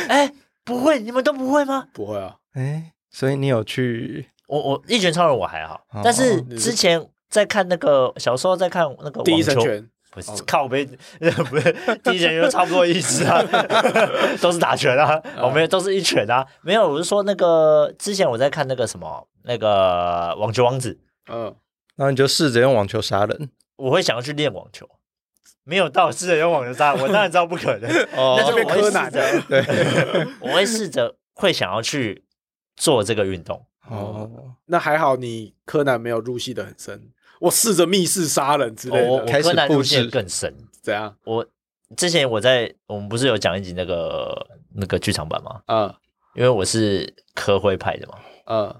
哎，不会，你们都不会吗？不会啊，哎，所以你有去我我一拳超人我还好哦，但是你之前在看那个小时候在看那个第一网神球拳不是哦靠背，不是第一拳就差不多意思啊， 都是打拳啊，我哦们都是一拳啊，没有，我是说那个之前我在看那个什么那个网球王子，嗯，然后你就试着用网球杀人，我会想要去练网球，没有到试着用网球杀，我当然知道不可能，哦但是变我会柯试南着了，对，我会试着会想要去做这个运动，哦， 那还好你柯南没有入戏的很深，我试着密室杀人之类我我的，开始柯南路线布置更深，怎样？我之前我在我们不是有讲一集那个那个剧场版吗？嗯因为我是科会派的嘛，嗯，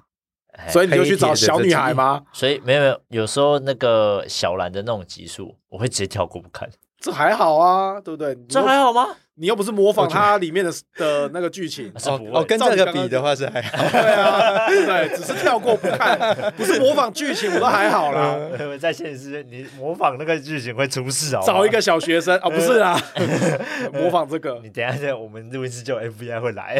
哎所以你就去找小女孩吗？所以没有没有，有时候那个小兰的那种集数，我会直接跳过不看，这还好啊，对不对？这还好 吗？，你又不是模仿它里面的的那个剧情是哦不会哦，跟这个比的话是还好。对啊，对不对？只是跳过不看，不是模仿剧情，我都还好 啦。啊在现实世界，你模仿那个剧情会出事啊！呃找一个，小学生啊，不是啊，模仿这个 你等一下，我们录音室就有 FBI 会 来。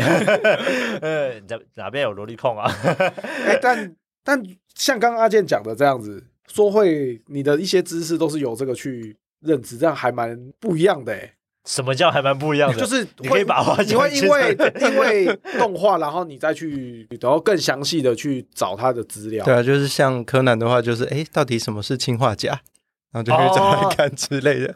呃，哪哪边有萝莉控啊？ 哎、但但像刚刚阿健讲的这样子，说会你的一些知识都是由这个去认知，这样还蛮不一样的、欸。什么叫还蛮不一样的？就是会你可以把话你会讲清因楚为因为动画，然后你再去，然后更详细的去找它的资料。 对啊，就是像柯南的话，就是哎，诶到底什么是氰化钾？然后就去找来看之类的。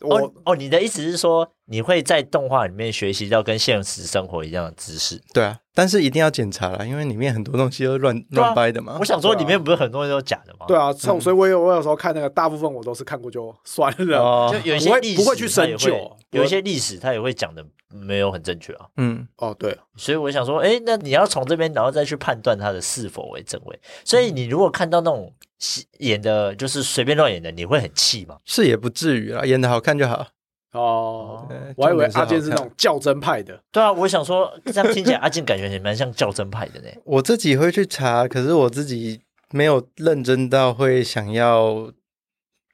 我、哦哦，你的意思是说，你会在动画里面学习到跟现实生活一样的知识？对啊，但是一定要检查啦，因为里面很多东西都乱对啊乱掰的嘛我。想说，对啊里面不是很多人都假的吗？对啊，这嗯种所以我有我有时候看那个，大部分我都是看过就算了。哦就有一不些会历史不会去它也深究会有一些历史他也会讲的没有很正确啊，嗯，哦，对，所以我想说，哎，那你要从这边，然后再去判断他的是否为正位。所以你如果看到那种戏演的，就是随便乱演的，你会很气吗？是也不至于啦，演的好看就好。哦对，我还以为重点是好阿健是那看种较真派的，对啊，我想说，这样听起来阿健感觉也蛮像较真派的呢。我自己会去查，可是我自己没有认真到会想要，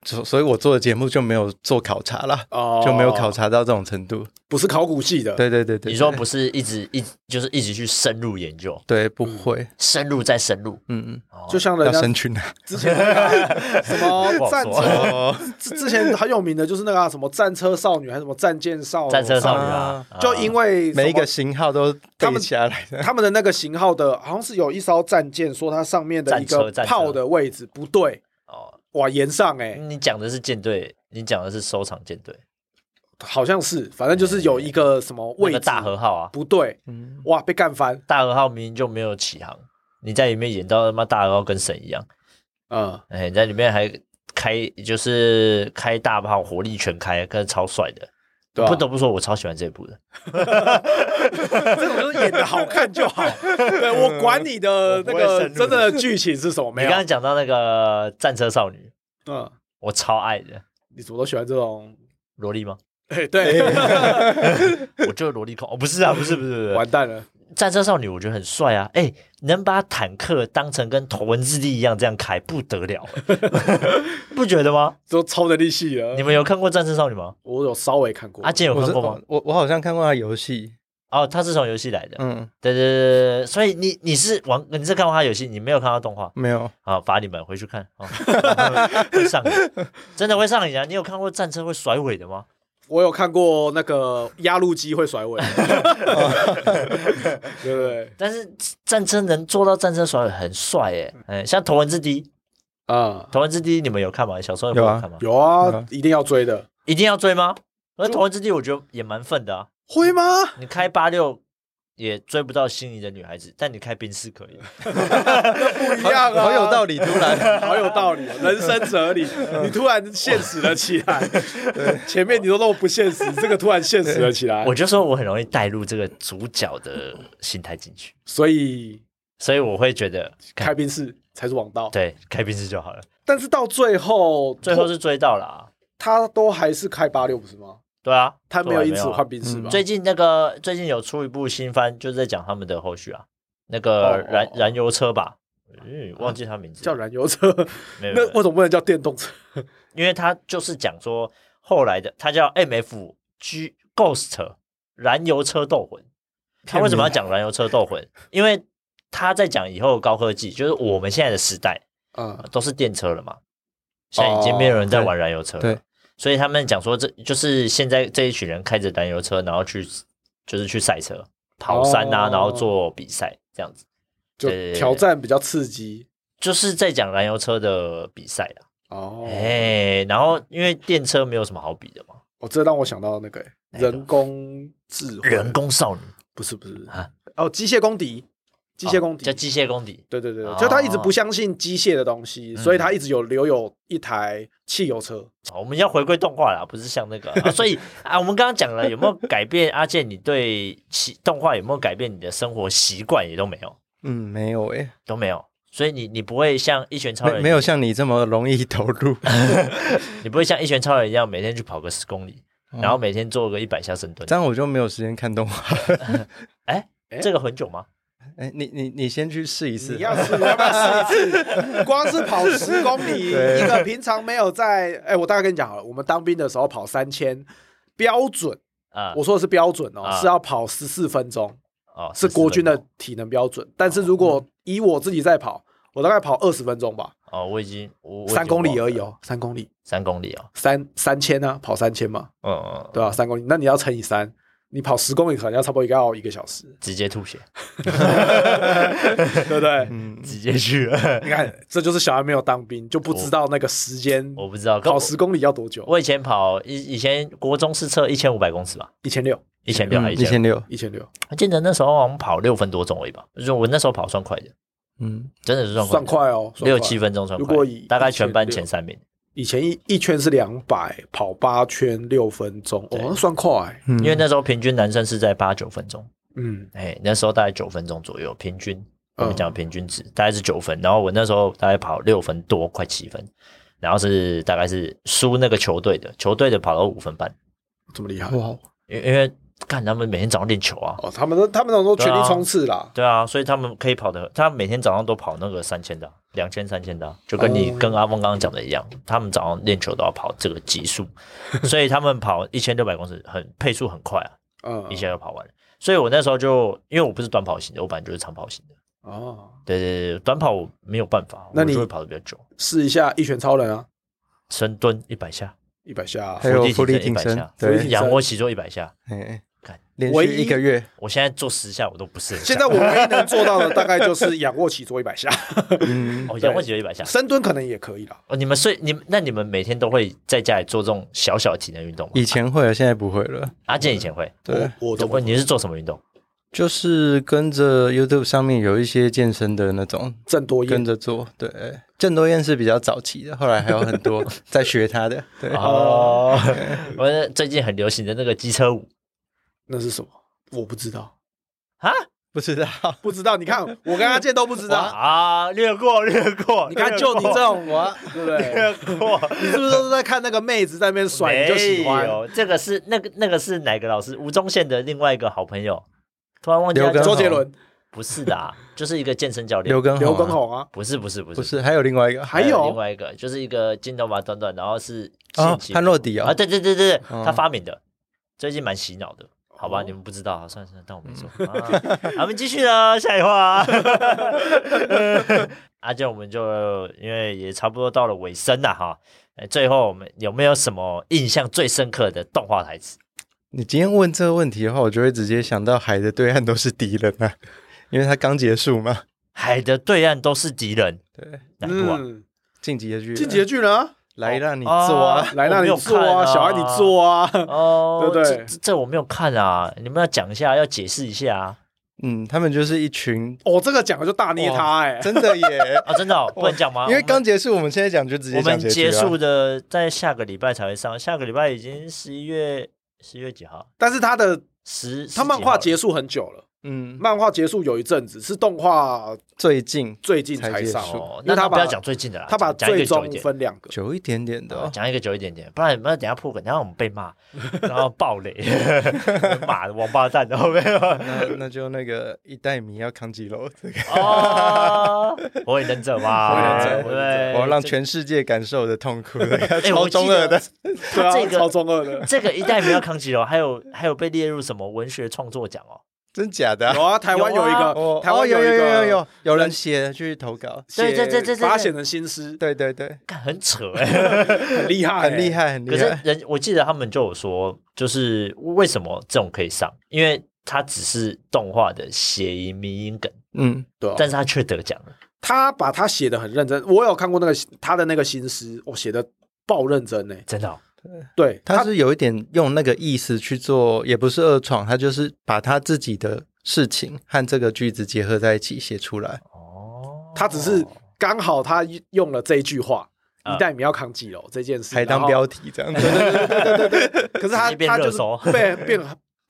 所所以我做的节目就没有做考察啦，哦，就没有考，察到这种程度。不是考古系的，对对对对，你说对不是一直一直就是一直去深入研究，对，不会，深入再深入，嗯哦就像嗯，人要家生去哪？之前那个什么战不好说车，哦，之之前很有名的就是那个啊、什么战车少女，还是什么战舰少战车少女女，啊，啊就因为什么每一个型号都他对们下来的。他们的那个型号的，好像是有一艘战舰，说它上面的一战车个战车嗯炮的位置不对，哦，哇，沿上哎、你讲的是舰队，你讲的是收藏舰队，好像是，反正就是有一个什么那位置个大和号啊，不对，嗯，哇，被干翻，大和号明明就没有起航，你在里面演到他妈大和号跟神一样，嗯，哎，你在里面还开就是开大炮，火力全开，跟超帅的。对啊不得不说，我超喜欢这一部的。这种就是演的好看 就好，对我管你的那我不会个深入真正的剧情是什么你没有刚，刚讲到那个战车少女，嗯，我超爱的你怎么都喜欢这种？萝 莉吗？哎，对，哎 我就是萝莉控哦，不是啊，不是不是不是， 完蛋了，战车少女我觉得很帅啊，哎、能把坦克当成跟头文字 D 一样这样开，不得了、欸 不觉得吗？都超能力系了你。们啊有看过战车少女吗？我有稍微看过，阿健有我看是过吗我？我我好像看过他游戏，哦，他是从游戏来的，嗯，对对对对，所以你你是玩你是看过他游戏，你没有看到动画没有，啊？罚你们回去看啊，会上瘾，真的会上瘾啊！你有看过战车会甩尾的吗？我有看过那个压路机 会甩尾，对不对？但是战车能做到战车甩尾很帅耶，哎，像头文字 D，啊，头文字 D 你们有看吗？小时候有有没啊看吗？有啊嗯，一定要追的，一定要追吗？而头文字 D 我觉得也蛮愤的啊，会吗？你开八六也追不到心仪的女孩子，但你开宾士可以。啊不一样啊，好有道理，突 然好有道理，啊人生 哲理。你突然现实了起来，前面你都那么不现实，这个突然现实了起来我。就说我很容易带入这个主角的心态进去，所以所以我会觉得开宾士才是王道。对开宾士就好了。但是到最后，最后是追到了、啊，他都还是开八六，不是吗？对啊，他没做有完因此啊换宾士吧？最近那个最近有出一部新番，就是在讲他们的后续啊，那个哦哦燃、哦燃油车吧，嗯，忘记他名字叫燃油车，没有，没那有为什么不能叫电动车？因为他就是讲说后来的，他叫 M F G Ghost 燃油车斗魂。他为什么要讲燃油车斗魂？因为他在讲以后的高科技，就是我们现在的时代嗯呃都是电车了嘛，现在已经没有人在哦玩燃油车了。对对所以他们讲说这就是现在这一群人开着燃油车，然后去就是去赛车、跑山啊，哦然后做比赛这样子，就对对对挑战比较刺激就是在讲燃油车的比赛啦。哦。哎、然后因为电车没有什么好比的嘛，哦，这让我想到那个欸个人工智慧，人工少女。不是不是啊哦，机械公敌，机械公敌哦叫机械公敌，对对对，哦就他一直不相信机械的东西，嗯所以他一直有留有一台汽油车。好我们要回归动画啦，不是像那个、啊， 所以啊，我们刚刚讲了有没有改变阿健？你对习动画有没有改变你的生活习惯？也都没有，嗯没有哎、都没有。所以你你不会像一拳超没人，没有像你这么容易投入，你不会像一拳超人一样每天去跑个十公里，然后每天做个一百下深蹲嗯这。样我就没有时间看动画。 哎、哎这个很久吗？哎，你你你先去试一试你，要试，你要不要试 一次？光是跑十公里，对一个平常没有在……哎，我大概跟你讲好了，我们当兵的时候跑三千，标准，啊、我说的是标准哦，啊是要跑十四分钟，哦，是14国军分的钟体能标准。但是哦如嗯果以我自己在跑，我大概跑二十分钟吧，哦，我已经我我已经三公里而已忘了，哦，三公里，三公里哦，三三千啊，跑三千嘛，嗯嗯，嗯，对吧、三公里，那你要乘以三，你跑十公里可能要差不多要一个小时 直接吐血，对不对？嗯，直接去了。 你看，这就是小孩没有当兵，就不知道那个时间我不知道，跟跑我十公里要多久，我以前跑以以前国中是测一千五百公尺吧，一千六，一千六还嗯一一千千六，一千六，我记得那时候好像跑六分多钟而已吧，就是我那时候跑算快的，嗯，真的是算快算的，快哦，算快六七。分钟算快的。如果以大概全班1600前三名，以前一一圈是两百，跑八圈六分钟，哦，那算快，因因为那时候平均男生是在八九分钟，嗯，哎，那时候大概九分钟左右，平均我们嗯讲平均值大概是九分，然后我那时候大概跑六分多，快七分，然后是大概是输那个球队的，球队的跑到五分半，这么厉害哇，因为因为看他们每天早上练球啊，哦，他们都他们那种都全力冲刺啦，对啊，所以他们可以跑的，他每天早上都跑那个三千的啊、两千、三千的啊，就跟你哦跟阿峰刚刚讲的一样，他们早上练球都要跑这个极速，所以他们跑一千六百公尺很配速很快啊，嗯一，下就跑完了。所以我那时候就因为我不是短跑型的，我本来就是长跑型的，哦，对对对，短跑我没有办法，那我你就会跑得比较久，试一下一拳超人啊，深蹲一百下，一百下啊还，有腹浮力力挺挺身身一百下，浮力挺对身，仰卧起坐一百下，哎看，连唯续一一个月，我现在做十下我都不是很现强在我唯一能做到的大概就是仰卧起坐一 百下，嗯，哦，仰卧起坐一百下。深蹲可能也可以啦。哦，你们睡你们那你们每天都会在家里做这种小小的体能运动吗？以前会了，现在不会了。阿健以前会，对，我我都不问你是做什么运动？就是跟着 YouTube 上面有一些健身的那种，郑多跟燕着做。对，郑多燕是比较早期的，后来还有很多 在学他的。对，哦， 我最近很流行的那个机车舞那是什么？我不知道，啊不知道，不知道。你看，我跟阿健都不知道。啊，略过略过，你看，就你这种，我对不对？略过。你是不是都是在看那个妹子在那边甩，你就喜没欢？有这个是那个那个是哪个老师？吴宗宪的另外一个好朋友，突然忘记他刘叫根周什杰么伦、不是的啊，就是一个健身教练 刘，根刘畊宏啊，宏啊，不是不是不是不是，还有另外一哎个，还有另外一个，就是一个金头发短短，然后是哦性情潘若迪哦啊，对对对对，对哦他发明的，最近蛮洗脑的。好吧，哦你们不知道，算了算了，当我没说。啊我们继续啦，下一话。阿健，我们就因为也差不多到了尾声了哈，呃最后我们有没有什么印象最深刻的动画台词？你今天问这个问题的话，我就会直接想到海的对岸都是敌人啊，因为他刚结束嘛。海的对岸都是敌人，对，哪一部啊？嗯，晋级的剧，进阶巨人啊，来让你做啊，来让你做我没有看啊啊，小爱你做啊，哦， 对不对这这这我没有看啊，你们要讲一下，要解释一下啊。，嗯，他们就是一群哦，这个讲了就大捏他哎、真的耶 啊，真的、哦、不能讲吗？因为刚结束，我们现在讲就直我接们讲结局啊束的在下个礼拜才会上，下个礼拜已经十一月十月几号？但是他的十他漫画结束束很久了，嗯，漫画结束有一阵子是动画最近最近才上才结束，哦，因那为他他不把要讲最近的啦，他把讲讲一个久最一终点，分两个。 久一点点的对哦，讲一个久一点点，不然不然等一下破梗，然后我们被骂，然后暴雷， 骂王八蛋，然后没有。那那就那个一代迷要扛几楼，这个哦，火影忍者嘛，火影忍者对不对，我要让这全世界感受我的痛苦， 我超记中得二的，对啊，这个超中 二 的。这个一代没有扛起哦，还有还有被列入什么文学创作奖哦，真假的啊？有啊，台湾有一个，哦，台湾哦有一有有个有有有人写去投稿，对对对对对把它写成新诗，对对对，干很扯 哎。很厉害、欸很厉。害很可厉是害，人，我记得他们就有说，就是为什么这种可以上，因为它只是动画的谐音、迷音梗，嗯，对、啊，但是它却得奖了。他把它写的很认真，我有看过那个他的那个新诗，我、写的爆认真呢、真的哦、对，他是有一点用那个意思去做，也不是恶创，他就是把他自己的事情和这个句子结合在一起写出来。哦，他只是刚好他用了这一句话，啊一代你要扛几楼这件事，还当然后标题这样子， 可是他直接变他热就是搜被变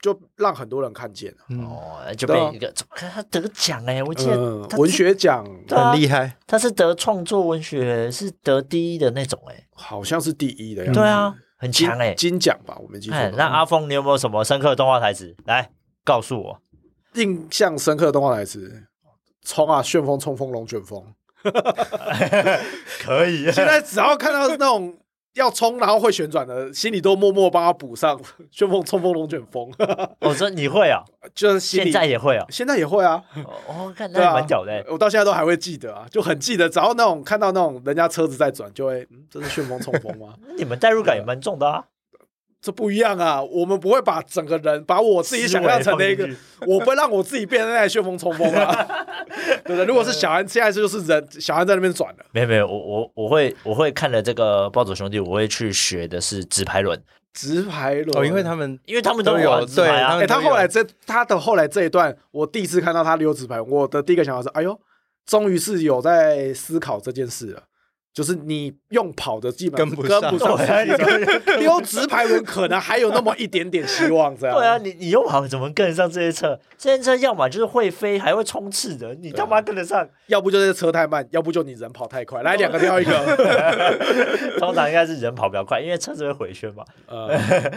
就让很多人看见啊了。嗯，哦，就被一个怎么看他得奖哎、我记嗯得，他文是学奖对啊很厉害。他是得创作文学是得第一的那种哎、好像是第一的样子，对啊，很金强哎、金奖吧，我没记错哎的，话。那阿峰，你有没有什么深刻的动画台词？来告诉我。印象深刻的动画台词：冲啊，旋风冲锋，龙卷风。可以，现在只要看到那种要冲然后会旋转的，心里都默默帮他补上旋风冲锋龙卷风， 我说你会啊，就是心里现在也会啊。现在也会啊，哦，看那对也啊，蛮屌的欸。我到现在都还会记得啊，就很记得，只要那种看到那种人家车子在转，就会，嗯，这是旋风冲锋吗？那你们代入感也蛮重的啊。这不一样啊！我们不会把整个人，把我自己想象成那思个维放进，我不会让我自己变成那台旋风冲锋 啊，对不对？如果是小安，现在就是人，小安在那边转了，没有没有，我我我会我会看了这个《暴走兄弟》，我会去学的是直排轮，直排轮哦，因为他们因为他们都都有有玩直排对他啊哎、们。他都有后来这他的后来这一段，我第一次看到他溜直排，我的第一个想法是，哎呦，终于是有在思考这件事了。就是你用跑的基本上跟不是跟上 不上对啊实际上，溜直排轮可能还有那么一点点希望这样。对啊，，你你用好怎么跟得上这些车？这些车要么就是会飞，还会冲刺的，你干嘛跟得上？要不就是车太慢，要不就你人跑太快，来两个挑一 个。啊通常应该是人跑比较快，因为车子会回旋嘛。呃，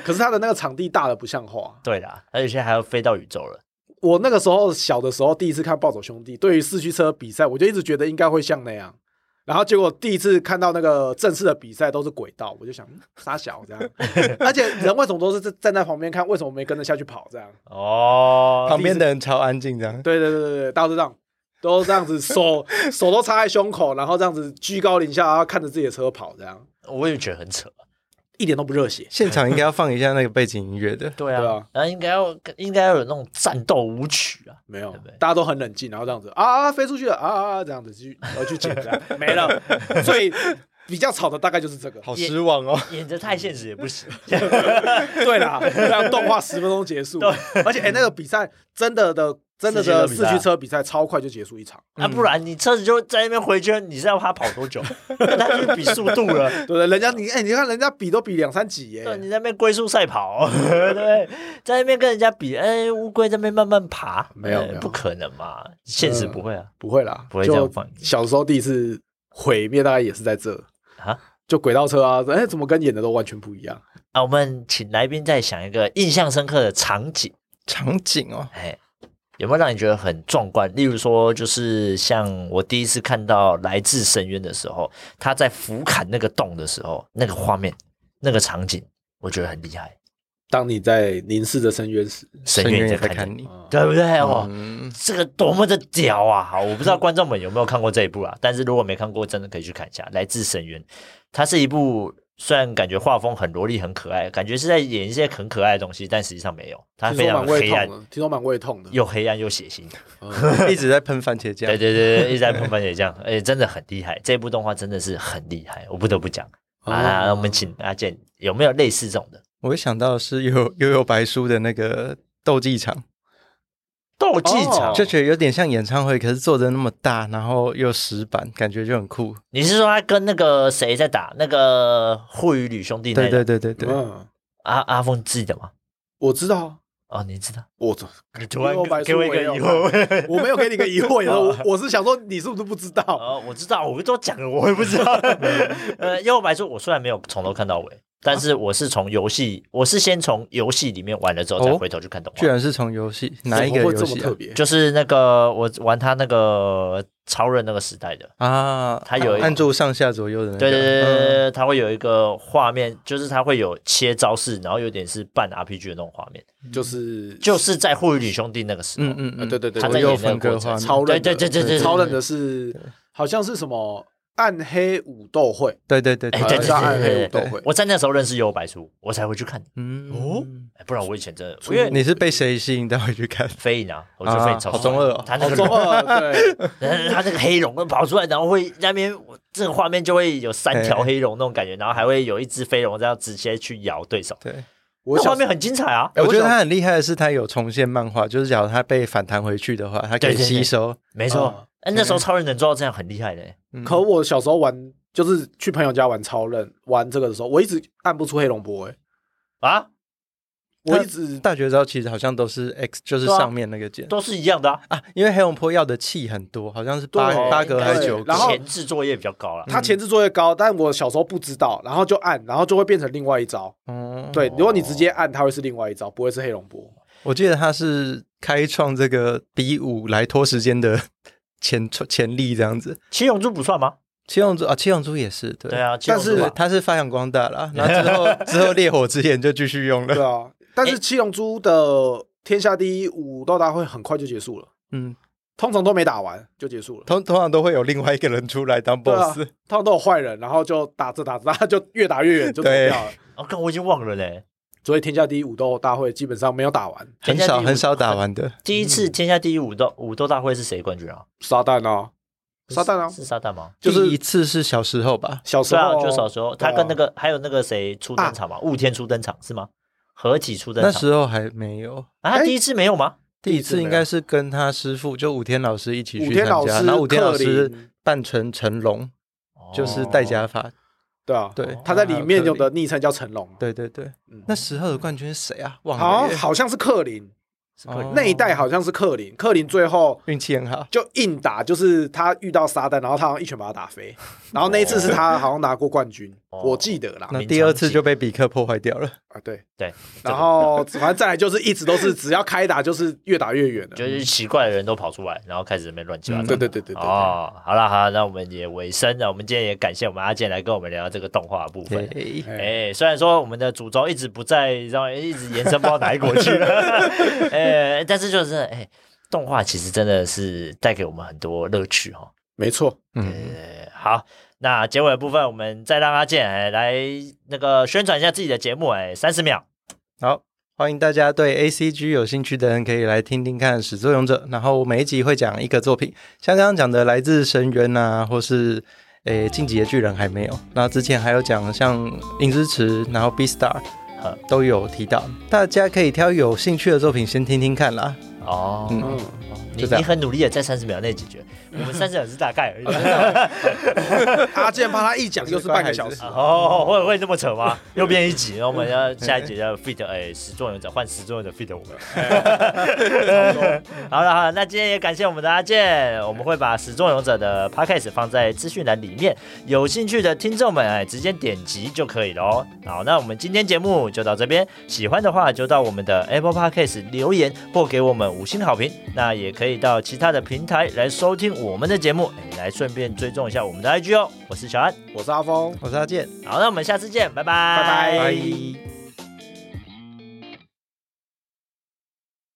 可是他的那个场地大的不像话。对啦，而且现在还要飞到宇宙了。我那个时候小的时候第一次看《暴走兄弟》，对于四驱车比赛，我就一直觉得应该会像那样。然后结果第一次看到那个正式的比赛都是轨道，我就想嗯傻小这样，而且人为什么都是站站在旁边看，为什么没跟着下去跑这样？哦，旁边的人超安静这样，对对对对对，大家都这样，都这样子手手都插在胸口，然后这样子居高临下，然后看着自己的车跑，这样我也觉得很扯。一点都不热血。现场应该要放一下那个背景音乐的。对对啊啊，然后应该要应该要有那种战斗舞曲啊。没有对不对，大家都很冷静，然后这样子啊啊飞出去了啊啊啊这样子去然后去捡这样没了，所以比较吵的大概就是这个。好失望哦！演的太现实也不行，嗯对啦，让动画十分钟结束，而且哎、那个比赛真的的真的的四驱车比赛四驱车比赛超快就结束一场， 啊，不然你车子就在那边回圈，你是要他跑多 久？跟他去比速度了，对不对？人家你哎、你看人家比都比两三级耶、对，你在那边龟速赛跑， 对不对，在那边跟人家比，哎，乌龟在那边慢慢爬，没有哎没有嗯不可能嘛，现实不会啊，不会啦，不会就这样放小时候第一次毁灭大概也是在这啊。就轨道车啊，哎、怎么跟演的都完全不一样？啊，我们请来宾再想一个印象深刻的场景，场景哦，哎，有没有让你觉得很壮观？例如说，就是像我第一次看到《来自深渊》的时候，他在俯瞰那个洞的时候，那个画面、那个场景，我觉得很厉害。当你在凝视着深渊时，深深渊渊也也在在看看你，你。对不对？哦，嗯，这个多么的屌啊！好，我不知道观众们有没有看过这一部啊，但是如果没看过，真的可以去看一下《来自深渊》。它是一部虽然感觉画风很萝莉、很可爱，感觉是在演一些很可爱的东西，但实际上没有，它听非说常蛮胃黑痛暗，的，听说蛮胃痛的。嗯又黑暗又血腥。一直在喷番茄酱对。对对对，一直在喷番茄酱， 哎，真的很厉害，这部动画真的是很厉害，我不得不讲 哦啊。我们请阿健有没有类似这种的我想到的是悠悠悠白书的那个斗技场，斗技场，哦就觉得有点像演唱会，可是做的那么大，然后又石板，感觉就很酷。你是说他跟那个谁在打？那个护宇吕兄弟那对个？对对对对，嗯，阿阿峰记得吗？我知道啊，哦，你知道？我这你突突然给给我一个疑惑，我没有给你个疑惑， 我我是想说你是不是不知道？ 哦，我知道，我都讲了，我也不知道。呃，因为我白说，我虽然没有从头看到尾，但是我是从游戏，我是先从游戏里面玩了之后，哦再回头去看动居画。然是从游戏哪一个怎么会游这么戏啊特别？就是那个我玩他那个超人那个时代的，啊？啊它有一按住上下左右的那个，对对对对对嗯，对，它会有一个画面，就是它会有切招式，然后有点是半 RPG 的那种画面，就是就是在《护宇女兄弟》那个时候，嗯嗯呃嗯，对对对他左在右演那分个割过画程，面，超人的，对对对对对超人的是好像是什么暗黑武斗会，对对对哎好对对像是对暗对黑对武斗会，我在那时候认识幽白书，我才会去看的，嗯哦哎不然我以前真的，因以为你是被谁吸引到去看？飞影啊，我觉得飞影超啊好中二哦他那好个中二，对，他那个黑龙会跑出来，然后会那边我这个画面就会有三条黑龙那种感觉，然后还会有一只飞龙这样直接去咬对手，对， 我那小画时候面很精彩啊！哎我觉得我想他很厉害的是，他有重现漫画，就是假如他被反弹回去的话，他可对以对对吸收。没错啊，哎，那时候超人能做到这样很厉害的，欸嗯可我小时候玩就是去朋友家玩超人玩这个的时候，我一直按不出黑龙波，哎，啊，我一直嗯大绝招其实好像都是 X，就是对啊上面那个键都是一样的啊。啊，因为黑龙坡要的气很多，好像是八对八格还是对九格，然后前置作业比较高了，他前置作业高，但我小时候不知道，然后就按，然后就会变成另外一招。哦对，如果你直接按，它会是另外一招，不会是黑龙波。我记得他是开创这个比武来拖时间的前前例这样子。七龙珠不算吗？七龙珠啊，七龙珠也是对对，啊，七但龙珠是吧对它是发扬光大 了，然后之后之后烈火之眼就继续用对 了。啊，但是七龙珠的天下第一武斗大会很快就结束了，嗯，通常都没打完就结 束了。通通常都会有另外一个人出来当对啊 boss。，通常都有坏人，然后就打着打着，他就越打越远，就走掉 了。哦，刚我已经忘了嘞。所以天下第一武斗大会基本上没有打完，很天下少第一很少打完的，第一嗯次天下第一武斗武斗大会是谁冠军啊？撒旦啊，撒旦啊是，是撒旦吗？就是第 一次是小时候吧，小时对啊，候啊就小时候对啊他跟那个还有那个谁初登场嘛，雾天初登场是吗？合体初登那场时候还没有。啊，哎第一次没有吗？第一次应该是跟他师傅，就武天老师一起武去参天加，老师然后武天老克林哦师扮成成龙，就是戴假发，对啊，哦对他在里面有还有的昵称叫成龙嘛，对对对。嗯那时候的冠军是谁啊？忘好了耶，哦像好像是克林，是可以哦那一代好像是克林，克林最后运气很好。就硬打，就是他遇到撒旦，然后他好像一拳把他打 飞，然后那一次是他好像拿过冠军，哦我记得啦那。那第二次就被比克破坏掉了。啊，对，对，然后反正再来就是一直都是只要开打就是越打越远了。就是奇怪的人都跑出来，然后开始在那边乱七八糟。嗯对对对对对，哦，好了好啦，那我们也尾声了。我们今天也感谢我们阿健来跟我们聊这个动画的部分。对哎哎、虽然说我们的主轴一直不在，然 后一直延伸不到哪一国去了，哎、但是就是哎、动画其实真的是带给我们很多乐趣哈、哦。没错，嗯，呃，好，那结尾的部分，我们再让阿健哎来那个宣传一下自己的节目，哎，三十秒。好，欢迎大家对 A C G 有兴趣的人可以来听听看《始作俑者》，然后每一集会讲一个作品，像刚刚讲的《来自深渊》啊，或是诶《进击的巨人》还没有，那之前还有讲像《银之匙》，然后《B Star》呃。都有提到，大家可以挑有兴趣的作品先听听看啦。哦，嗯嗯，你就这样你很努力的在三十秒内解决，我们三十秒是大概而已。阿健怕他一讲就是半个小 时，哦，会会那么扯吗？又变一集，然后我们要下一集要 fit 哎，始作俑者换始作俑者 fit 我们。 好了好了，那今天也感谢我们的阿健，我们会把始作俑者的 podcast 放在资讯栏里面，有兴趣的听众们哎，直接点击就可以了哦。好，那我们今天节目就到这边，喜欢的话就到我们的 Apple Podcast 留言或给我们五星好评，那也可以到其他的平台来收听我们的节目，哎，来顺便追踪一下我们的 IG 哦。我是小安。我是阿峰。我是阿健，好，那我们下次见，拜拜，拜拜拜